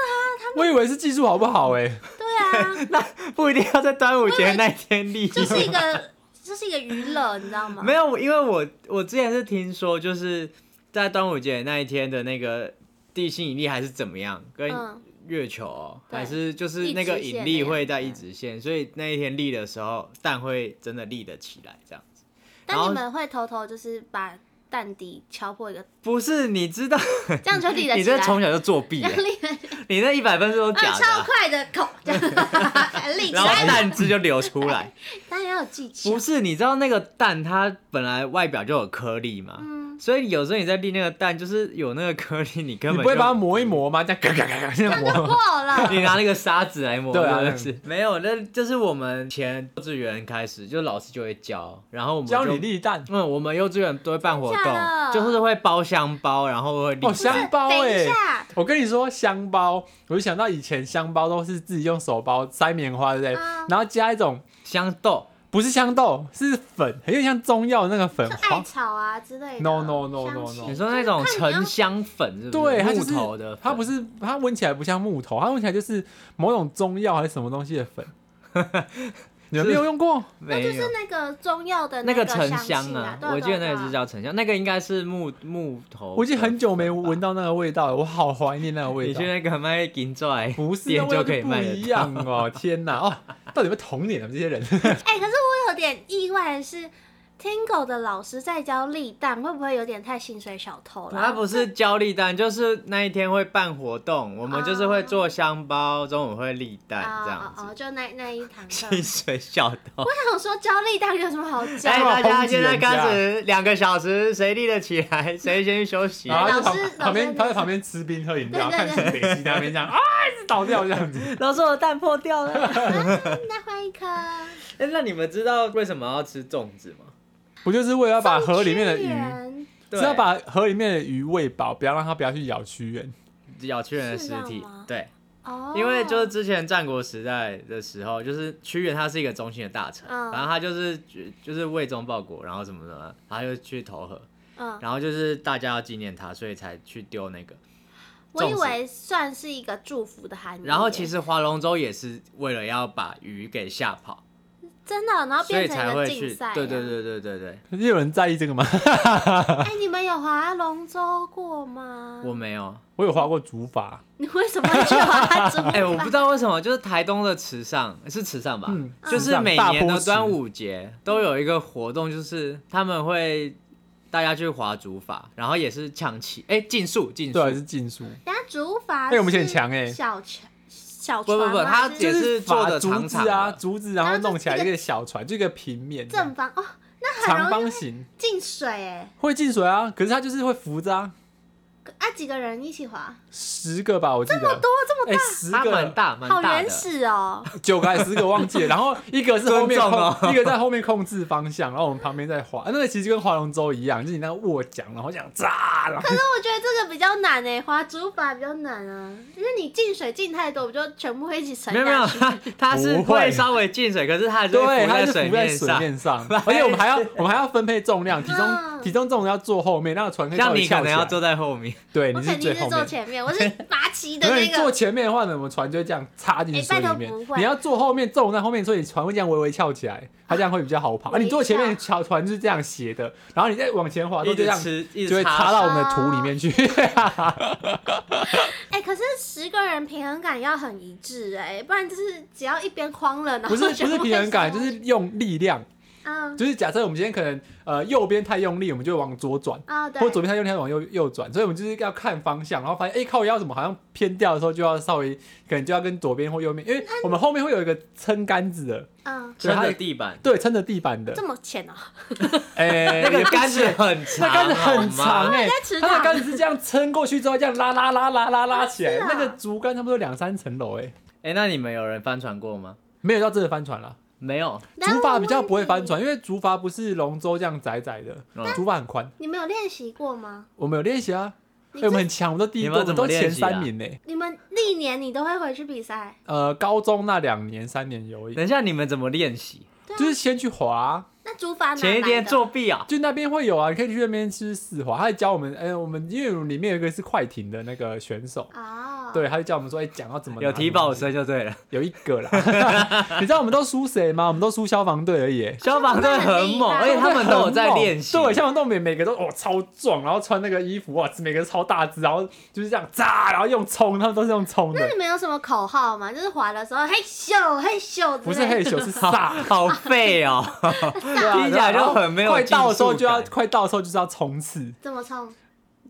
[SPEAKER 1] 我以为是技术好不好哎、欸，
[SPEAKER 2] 对啊，
[SPEAKER 3] 不一定要在端午节那一天 立。
[SPEAKER 2] 就是一个就是一个娱乐，你知道吗？
[SPEAKER 3] 没有，因为我我之前是听说，就是在端午节那一天的那个地心引力还是怎么样，跟
[SPEAKER 2] 嗯
[SPEAKER 3] 月球哦、
[SPEAKER 2] 对
[SPEAKER 3] 还是就是那个引力会在一直线，所以那一天立的时候，蛋会真的立得起来这样子。然
[SPEAKER 2] 但
[SPEAKER 3] 后
[SPEAKER 2] 你们会偷偷就是把蛋底敲破一 个，
[SPEAKER 3] 不是，你知道，
[SPEAKER 2] 这样就立得
[SPEAKER 3] 你
[SPEAKER 2] 起来
[SPEAKER 3] 这。从小就作弊、欸，
[SPEAKER 2] 立得
[SPEAKER 3] 你那一百分是都
[SPEAKER 2] 啊，
[SPEAKER 3] 假的
[SPEAKER 2] 超
[SPEAKER 3] 啊、
[SPEAKER 2] 快的口，这样立起
[SPEAKER 3] 然后
[SPEAKER 2] 来。
[SPEAKER 3] 蛋汁就流出来。
[SPEAKER 2] 当然要有技巧
[SPEAKER 3] 不。是，你知道那个蛋它本来外表就有颗粒嘛，
[SPEAKER 2] 嗯，
[SPEAKER 3] 所以有时候你在立那个蛋，就是有那个颗粒，你根
[SPEAKER 1] 你
[SPEAKER 3] 本
[SPEAKER 1] 不会
[SPEAKER 3] 就
[SPEAKER 1] 把它磨一磨吗？这样嘎嘎嘎嘎这样
[SPEAKER 3] 啊
[SPEAKER 2] 就
[SPEAKER 1] 磨，
[SPEAKER 2] 破了。
[SPEAKER 3] 你拿那个沙子来磨，
[SPEAKER 1] 对啊
[SPEAKER 3] 真的是 没有，那就是我们前幼稚园开始，就老师就会教，然后我们
[SPEAKER 1] 教你
[SPEAKER 3] 就
[SPEAKER 1] 立蛋
[SPEAKER 3] 嗯，我们幼稚园都会办活
[SPEAKER 2] 真的
[SPEAKER 3] 动，就是会包香包，然后会立
[SPEAKER 1] 哦，香
[SPEAKER 3] 欸
[SPEAKER 1] 包
[SPEAKER 2] 等
[SPEAKER 1] 哎、
[SPEAKER 2] 一下，
[SPEAKER 1] 我跟你说，香包，我就想到以前香包都是自己用手包塞棉花，对不对？
[SPEAKER 2] 嗯
[SPEAKER 1] 然后加一种
[SPEAKER 3] 香豆，
[SPEAKER 1] 不是香豆，是粉，很有点像中药那个粉
[SPEAKER 2] 就艾
[SPEAKER 1] 黄。
[SPEAKER 2] 草啊之类的。
[SPEAKER 1] No, no, no, no,
[SPEAKER 2] 香气
[SPEAKER 1] no
[SPEAKER 3] 你说那种
[SPEAKER 2] 就是看你要
[SPEAKER 3] 沉香粉是不是？
[SPEAKER 1] 对，它就
[SPEAKER 3] 木
[SPEAKER 1] 是
[SPEAKER 3] 头的粉，
[SPEAKER 1] 它不是它闻起来不像木头，它闻起来就是某种中药还是什么东西的 粉。你们没有用过？
[SPEAKER 2] 那哦就
[SPEAKER 3] 没
[SPEAKER 2] 是
[SPEAKER 3] 有。
[SPEAKER 2] 那个中药的
[SPEAKER 3] 那
[SPEAKER 2] 个
[SPEAKER 3] 个沉
[SPEAKER 2] 香气
[SPEAKER 3] 香
[SPEAKER 2] 啊
[SPEAKER 3] 啊，，
[SPEAKER 2] 对啊
[SPEAKER 3] 我记得那个是。
[SPEAKER 2] 对啊对啊
[SPEAKER 3] 叫沉香，那个应该是木木头。
[SPEAKER 1] 我已经很久没闻。到那个味道了，我好怀念那个味
[SPEAKER 3] 你
[SPEAKER 1] 道
[SPEAKER 3] 去。那个卖银钻，
[SPEAKER 1] 不是，啊那
[SPEAKER 3] 店
[SPEAKER 1] 味道就
[SPEAKER 3] 就可以
[SPEAKER 1] 不
[SPEAKER 3] 卖得
[SPEAKER 1] 一
[SPEAKER 3] 到
[SPEAKER 1] 样哦！天哪，哦，到底有没有童年啊？我们这些人
[SPEAKER 2] 哎、可是我有点意外的是。Tingo 的老师在教立蛋，会不会有点太薪水小偷了？
[SPEAKER 3] 他不是交立蛋，就是那一天会办活动，我们就是会做香包，中午会立蛋这
[SPEAKER 2] 哦
[SPEAKER 3] 样
[SPEAKER 2] 哦哦，
[SPEAKER 3] 子。
[SPEAKER 2] 就那那一堂课。
[SPEAKER 3] 清水 小偷，
[SPEAKER 2] 我想说教立蛋有什么好 教？
[SPEAKER 3] 哎，大家
[SPEAKER 1] 抨击
[SPEAKER 3] 现在
[SPEAKER 1] 人家
[SPEAKER 3] 开始两个小时，谁立得起来，谁先去 休息。
[SPEAKER 1] 然后
[SPEAKER 2] 老
[SPEAKER 1] 他就
[SPEAKER 2] 师
[SPEAKER 1] 旁旁
[SPEAKER 2] 老
[SPEAKER 1] 边
[SPEAKER 2] 师
[SPEAKER 1] 他在旁边吃冰喝饮料，
[SPEAKER 2] 对对
[SPEAKER 1] 看新
[SPEAKER 2] 对
[SPEAKER 1] 北西在那边这样啊，一直倒掉这样子。
[SPEAKER 3] 老师，我的蛋破掉了。
[SPEAKER 2] 再换一颗。
[SPEAKER 3] 哎，那你们知道为什么要吃粽子吗？
[SPEAKER 1] 不就是为了要把河里面的
[SPEAKER 2] 中间
[SPEAKER 1] 鱼，
[SPEAKER 2] 人
[SPEAKER 1] 是要把河里面的鱼喂饱，不要让它不要去咬屈原。
[SPEAKER 3] 咬屈原的
[SPEAKER 2] 是
[SPEAKER 3] 尸
[SPEAKER 2] 这样
[SPEAKER 3] 体
[SPEAKER 2] 吗，
[SPEAKER 3] 对，
[SPEAKER 2] 哦，
[SPEAKER 3] 因为就是之前战国时代的时候，就是屈原他是一个忠心的大臣，
[SPEAKER 2] 嗯
[SPEAKER 3] 然后他就是就是为忠报国，然后怎么怎么，他就去投河，
[SPEAKER 2] 嗯，
[SPEAKER 3] 然后就是大家要纪念他，所以才去丢那个。
[SPEAKER 2] 我以
[SPEAKER 3] 粽子
[SPEAKER 2] 为算是一个祝福的含义耶。
[SPEAKER 3] 然后哦其实划龙舟也是为了要把鱼给吓跑，
[SPEAKER 2] 真的，哦然后
[SPEAKER 3] 所以
[SPEAKER 2] 变成
[SPEAKER 3] 才
[SPEAKER 2] 一个
[SPEAKER 3] 会
[SPEAKER 2] 竞
[SPEAKER 3] 去
[SPEAKER 2] 赛。。啊
[SPEAKER 3] 对对。对对对对，
[SPEAKER 1] 可是有人在意这个吗？
[SPEAKER 2] 哎，你们有划龙舟过吗？
[SPEAKER 3] 我没有。？
[SPEAKER 1] 我有划过竹筏，
[SPEAKER 2] 你为什么要去划竹
[SPEAKER 3] 哎、我不知道为什么，就是台东的池上是池上吧，
[SPEAKER 1] 嗯
[SPEAKER 3] 就
[SPEAKER 1] 池
[SPEAKER 3] 是
[SPEAKER 1] 上
[SPEAKER 3] 每
[SPEAKER 1] 大
[SPEAKER 3] 年
[SPEAKER 1] 波
[SPEAKER 3] 的
[SPEAKER 1] 池
[SPEAKER 3] 端午节都有一个活动，就是他们会大家去划竹筏，然后也是呛气，哎、竞速竞速
[SPEAKER 1] 对，，啊是禁书。
[SPEAKER 2] 人家竹筏，
[SPEAKER 1] 哎我们以前很强哎
[SPEAKER 2] 小船小
[SPEAKER 3] 不
[SPEAKER 2] 船
[SPEAKER 3] 不
[SPEAKER 2] 吗，
[SPEAKER 3] 不它
[SPEAKER 2] 就
[SPEAKER 3] 也
[SPEAKER 1] 就
[SPEAKER 2] 是
[SPEAKER 1] 是
[SPEAKER 3] 做
[SPEAKER 1] 筏
[SPEAKER 3] 得
[SPEAKER 1] 竹
[SPEAKER 3] 长长
[SPEAKER 1] 子
[SPEAKER 3] 的
[SPEAKER 1] 啊，竹子，然后
[SPEAKER 2] 然后就
[SPEAKER 1] 弄起来
[SPEAKER 2] 一个
[SPEAKER 1] 一个小船，就一个平面的
[SPEAKER 2] 正方哦，那
[SPEAKER 1] 长
[SPEAKER 2] 很容易
[SPEAKER 1] 方形，
[SPEAKER 2] 进水哎。
[SPEAKER 1] 会进水啊。可是它就是会浮着啊，
[SPEAKER 2] 可啊，几个人一起划，啊
[SPEAKER 1] 十个吧，我记得这么
[SPEAKER 2] 多这么
[SPEAKER 1] 哎，十
[SPEAKER 3] 它蛮
[SPEAKER 1] 个，
[SPEAKER 3] 大蛮
[SPEAKER 2] 好
[SPEAKER 3] 大
[SPEAKER 2] 原
[SPEAKER 3] 的，
[SPEAKER 2] 始哦。
[SPEAKER 1] 九个还是十个忘记了。然后一个是后面
[SPEAKER 3] 尊重哦
[SPEAKER 1] 控，一个在后面控制方向，然后我们旁边在划。啊那个其实跟划龙舟一样，就是你那个握桨，然后这样炸，然后
[SPEAKER 2] 可是我觉得这个比较难诶，划竹筏比较难啊，因为你进水进太多，不就全部会一起沉
[SPEAKER 3] 没有没有
[SPEAKER 2] 下去？
[SPEAKER 3] 它它是
[SPEAKER 1] 不会
[SPEAKER 3] 会稍微进水，可是它还是
[SPEAKER 1] 对，
[SPEAKER 3] 会浮
[SPEAKER 1] 它
[SPEAKER 3] 在
[SPEAKER 1] 是
[SPEAKER 3] 水
[SPEAKER 1] 浮在
[SPEAKER 3] 面
[SPEAKER 1] 水
[SPEAKER 3] 上，
[SPEAKER 1] 面 上，而且我们还要我们还要分配重量，体重
[SPEAKER 2] 嗯
[SPEAKER 1] 体重重要坐后面，那个船可以稍
[SPEAKER 3] 像
[SPEAKER 1] 微
[SPEAKER 3] 你
[SPEAKER 1] 翘
[SPEAKER 3] 可能
[SPEAKER 1] 起来
[SPEAKER 3] 要坐在后面，
[SPEAKER 1] 对，
[SPEAKER 2] 我
[SPEAKER 1] 你
[SPEAKER 2] 肯
[SPEAKER 1] 最
[SPEAKER 2] 定
[SPEAKER 1] 后
[SPEAKER 2] 是坐
[SPEAKER 1] 面。
[SPEAKER 2] 前面，我是拔 旗的
[SPEAKER 1] 因为
[SPEAKER 2] 那
[SPEAKER 1] 你坐
[SPEAKER 2] 个。
[SPEAKER 1] 前面的话呢，我们船就会这样插进去
[SPEAKER 2] 哎
[SPEAKER 1] 水
[SPEAKER 2] 拜托
[SPEAKER 1] 里面。
[SPEAKER 2] 不会
[SPEAKER 1] 你要坐后面，坐在后面，所以船会这样微微翘起来，它这样会比较好跑。啊，你坐前面，
[SPEAKER 2] 微
[SPEAKER 1] 船船是这样斜的，然后你再往前滑，都
[SPEAKER 3] 一
[SPEAKER 1] 这
[SPEAKER 3] 直
[SPEAKER 1] 样
[SPEAKER 3] 吃，一
[SPEAKER 1] 就
[SPEAKER 3] 直
[SPEAKER 1] 会插
[SPEAKER 3] 插
[SPEAKER 1] 到我们的土里面去。
[SPEAKER 2] 哎、可是十个人平衡感要很一致哎、不然就是只要一边框了，然
[SPEAKER 1] 不
[SPEAKER 2] 后
[SPEAKER 1] 是不
[SPEAKER 2] 全
[SPEAKER 1] 是
[SPEAKER 2] 部
[SPEAKER 1] 平衡感，
[SPEAKER 2] 都
[SPEAKER 1] 就是用力量。
[SPEAKER 2] 嗯
[SPEAKER 1] 就是假设我们今天可能呃右边太用力，我们就会往左转。
[SPEAKER 2] 啊、对，
[SPEAKER 1] 或者左边太用力，它往右右转，所以我们就是要看方向，然后发现哎、靠腰怎么好像偏掉的时候，就要稍微可能就要跟左边或右边，因为我们后面会有一个撑杆子的，
[SPEAKER 2] 嗯，
[SPEAKER 3] 撑着地板，
[SPEAKER 1] 对，撑着地板的，
[SPEAKER 2] 这么浅哦、
[SPEAKER 1] 哎、
[SPEAKER 3] 那个杆子很长，
[SPEAKER 1] 那杆子很长
[SPEAKER 3] 好吗
[SPEAKER 1] 哎、
[SPEAKER 2] 在池
[SPEAKER 1] 它那个
[SPEAKER 2] 塘
[SPEAKER 1] 杆子是这样撑过去之后，这样拉拉拉拉拉拉起来，
[SPEAKER 2] 是啊
[SPEAKER 1] 那个竹竿差不多两三层楼哎、
[SPEAKER 3] 哎，那你们有人翻船过吗？
[SPEAKER 1] 没有到真的翻船了。
[SPEAKER 3] 没有，
[SPEAKER 1] 竹筏比较不会翻船，因为竹筏不是龙舟这样窄窄的
[SPEAKER 3] 嗯，
[SPEAKER 1] 竹筏很宽。
[SPEAKER 2] 你们有练习过吗？
[SPEAKER 1] 我们有练习啊，哎、
[SPEAKER 2] 你
[SPEAKER 1] 我
[SPEAKER 2] 这
[SPEAKER 1] 们很强，我们都第一
[SPEAKER 3] 你
[SPEAKER 1] 个，
[SPEAKER 3] 们
[SPEAKER 1] 我们
[SPEAKER 3] 怎么
[SPEAKER 1] 都
[SPEAKER 3] 练习
[SPEAKER 1] 前
[SPEAKER 3] 啊
[SPEAKER 1] 三名呢、
[SPEAKER 2] 你们历年你都会回去比赛？
[SPEAKER 1] 呃，高中那两年、三年有一，
[SPEAKER 3] 等一下你们怎么练习？
[SPEAKER 2] 对啊
[SPEAKER 1] 就是先去滑啊、
[SPEAKER 2] 那竹筏哪
[SPEAKER 3] 前一
[SPEAKER 2] 来
[SPEAKER 3] 天
[SPEAKER 2] 的
[SPEAKER 3] 作弊啊？
[SPEAKER 1] 就那边会有啊，你可以去那边吃四滑，他还教我们，哎、我们因为里面有一个是快艇的那个选手，
[SPEAKER 2] 哦，
[SPEAKER 1] 对，他就教我们说，哎、讲要怎么拿
[SPEAKER 3] 有提保生就对了，
[SPEAKER 1] 有一个啦， 你知道我们都输谁吗？我们都输消防队而已、哎
[SPEAKER 3] 消防队很猛，而且他们都有在练习。
[SPEAKER 1] 对，消防队每每个都哦超壮，然后穿那个衣服哇，每个超大只，然后就是这样扎，然后用冲，他们都是用冲
[SPEAKER 2] 那
[SPEAKER 1] 的，
[SPEAKER 2] 你们有什么口号吗？就是滑的时候嘿咻嘿咻之类的，
[SPEAKER 1] 不是嘿咻是撒，
[SPEAKER 3] 好废哦！
[SPEAKER 1] 对啊
[SPEAKER 3] 听起来就很没有
[SPEAKER 1] 快到的时候
[SPEAKER 3] 技术
[SPEAKER 1] 就要
[SPEAKER 3] 感
[SPEAKER 1] 快到的时候就是要冲刺，
[SPEAKER 2] 怎么冲？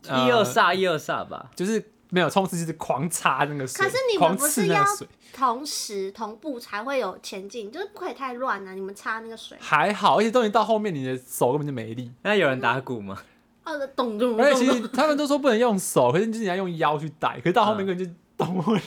[SPEAKER 1] 呃
[SPEAKER 3] 一二煞，一二煞吧。
[SPEAKER 1] 就是没有冲刺就是狂插那个水，
[SPEAKER 2] 可是你们
[SPEAKER 1] 狂
[SPEAKER 2] 不
[SPEAKER 1] 刺
[SPEAKER 2] 是
[SPEAKER 1] 那
[SPEAKER 2] 要
[SPEAKER 1] 个水。
[SPEAKER 2] 同时同步才会有前进，就是不可以太乱啊了、你们插那个水，
[SPEAKER 1] 还好，而且都已经到后面，你的手根本就没力。
[SPEAKER 3] 那有人打鼓吗？
[SPEAKER 2] 哦，咚咚
[SPEAKER 1] 而且
[SPEAKER 2] 咚
[SPEAKER 1] 哎其
[SPEAKER 2] 咚。
[SPEAKER 1] 实他们都说不能用手，可是就是你要用腰去带，可是到后面根本就动不 了，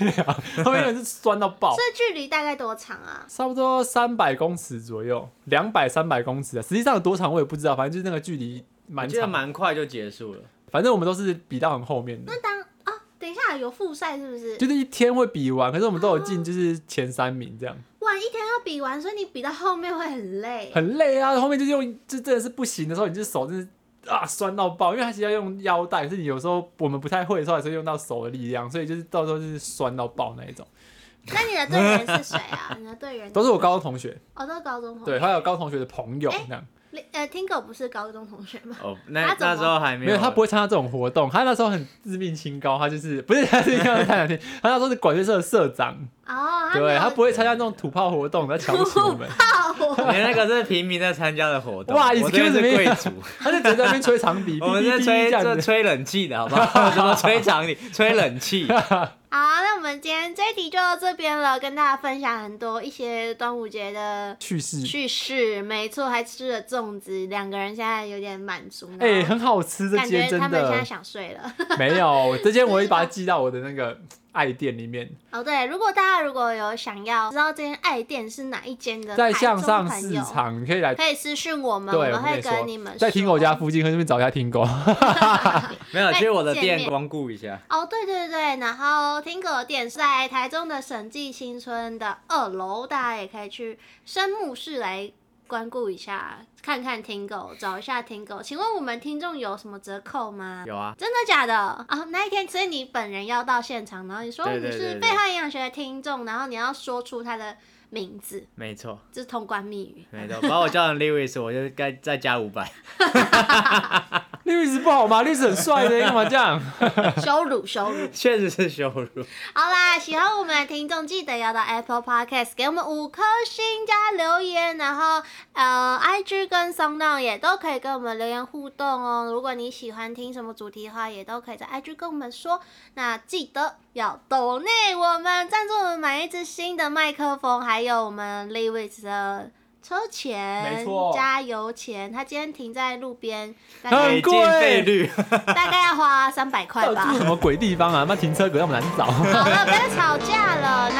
[SPEAKER 1] 后面根本是酸到爆
[SPEAKER 2] 所。以距离大概多长啊？
[SPEAKER 1] 差不多三百公尺左右，两百三百公尺啊，实际上有多长我也不知道，反正就是那个距离
[SPEAKER 3] 我
[SPEAKER 1] 蛮
[SPEAKER 3] 记得
[SPEAKER 1] 长。
[SPEAKER 3] 蛮快就结束了。
[SPEAKER 1] 反正我们都是比到很后面的，
[SPEAKER 2] 那当哦，等一下有复赛是不是？
[SPEAKER 1] 就是一天会比完，可是我们都有进就是前三名这样，
[SPEAKER 2] 哇，一天要比完，所以你比到后面会很累。
[SPEAKER 1] 很累啊。后面就是用，就真的是不行的时候，你就手真是啊酸到爆，因为它其实要用腰带，可是你有时候我们不太会的时候，还是会用到手的力量，所以就是到时候就是酸到爆那一种。
[SPEAKER 2] 那你的队员是谁啊？ 你的队员
[SPEAKER 1] 都是我高中同学，
[SPEAKER 2] 哦，都是高中同学。
[SPEAKER 1] 对，还有高中同学的朋友
[SPEAKER 2] 哎
[SPEAKER 1] 这样。
[SPEAKER 2] 你呃，听狗不是高中同学吗？
[SPEAKER 3] 哦， 那
[SPEAKER 2] 他怎么
[SPEAKER 3] 那时候还没
[SPEAKER 1] 没有，他不会参加这种活动。他那时候很自命清高，他就是不是他是一样的太难听，他那时候是管乐社的社长，
[SPEAKER 2] 哦，没
[SPEAKER 1] 对
[SPEAKER 2] 有
[SPEAKER 1] 他不会参加那种土炮活动，他瞧不起我 们，
[SPEAKER 2] 泡我。
[SPEAKER 3] 你那个是平民在参加的活动，
[SPEAKER 1] 哇
[SPEAKER 3] 我这边
[SPEAKER 1] excuse
[SPEAKER 3] 是
[SPEAKER 1] me
[SPEAKER 3] 贵 族，
[SPEAKER 1] 他就只在那边吹长笛，
[SPEAKER 3] 我们
[SPEAKER 1] 哔
[SPEAKER 3] 是
[SPEAKER 1] 哔哔
[SPEAKER 3] 吹
[SPEAKER 1] 这样
[SPEAKER 3] 这
[SPEAKER 1] 子。
[SPEAKER 3] 吹冷气的好不 好？什么吹长笛、吹冷 气？
[SPEAKER 2] 好，那我们今天这一题就到这边了，跟大家分享很多一些端午节的
[SPEAKER 1] 去世，
[SPEAKER 2] 趣事。没错，还吃了粽子，两个人现在有点满足。
[SPEAKER 1] 哎、
[SPEAKER 2] 然后
[SPEAKER 1] 很好吃，这
[SPEAKER 2] 感
[SPEAKER 1] 间
[SPEAKER 2] 觉
[SPEAKER 1] 真
[SPEAKER 2] 他们现在
[SPEAKER 1] 的
[SPEAKER 2] 想睡了。
[SPEAKER 1] 没有。这间我会把它寄到我的那个爱店里面，
[SPEAKER 2] 哦，对，如果大家如果有想要知道这间爱店是哪一间的，
[SPEAKER 1] 在
[SPEAKER 2] 台
[SPEAKER 1] 向
[SPEAKER 2] 中
[SPEAKER 1] 上
[SPEAKER 2] 朋
[SPEAKER 1] 市
[SPEAKER 2] 友
[SPEAKER 1] 场，你可以来。
[SPEAKER 2] 可以私讯我们，
[SPEAKER 1] 对，
[SPEAKER 2] 们
[SPEAKER 1] 我跟
[SPEAKER 2] 会
[SPEAKER 1] 你
[SPEAKER 2] 跟你们
[SPEAKER 1] 说，在听狗
[SPEAKER 2] 说
[SPEAKER 1] 家附近，可以去那边找一下听狗。
[SPEAKER 3] 没有，去我的
[SPEAKER 2] 见
[SPEAKER 3] 店
[SPEAKER 2] 面
[SPEAKER 3] 光顾一下。
[SPEAKER 2] 哦，对对对，然后听狗的店是在台中的审计新村的二楼，大家也可以去深木市来光顾一下，看看听狗，找一下听狗。请问我们听众有什么折扣吗？
[SPEAKER 3] 有啊，
[SPEAKER 2] 真的假的啊、那一天，所以你本人要到现场，然后你说
[SPEAKER 3] 对
[SPEAKER 2] 你
[SPEAKER 3] 对对
[SPEAKER 2] 是
[SPEAKER 3] 对
[SPEAKER 2] 贝汉营养学的听众，然后你要说出他的名字，
[SPEAKER 3] 没错，
[SPEAKER 2] 这是通关密语。
[SPEAKER 3] 没错，把我叫成 Lewis，我就该再加五百。
[SPEAKER 1] 律师不好吗？律师很帅的，干嘛这样？
[SPEAKER 2] 羞辱羞辱。
[SPEAKER 3] 确实是羞辱。
[SPEAKER 2] 好啦，喜欢我们的听众记得要到 Apple Podcast 给我们五颗星加留言，然后呃，IG 跟 s o n d o w 也都可以跟我们留言互动哦。如果你喜欢听什么主题的话，也都可以在 IG 跟我们说。那记得要抖内我们赞助我们买一支新的麦克风，还有我们 Lewis 的。车钱
[SPEAKER 1] 没错，
[SPEAKER 2] 加油钱，他今天停在路边，大
[SPEAKER 1] 很
[SPEAKER 2] 概
[SPEAKER 3] 累进费率，
[SPEAKER 2] 大概要花三百块
[SPEAKER 1] 到
[SPEAKER 2] 吧
[SPEAKER 1] 底。住什么鬼地方啊？那停车格那么难找。
[SPEAKER 2] 好了，不要吵架了。那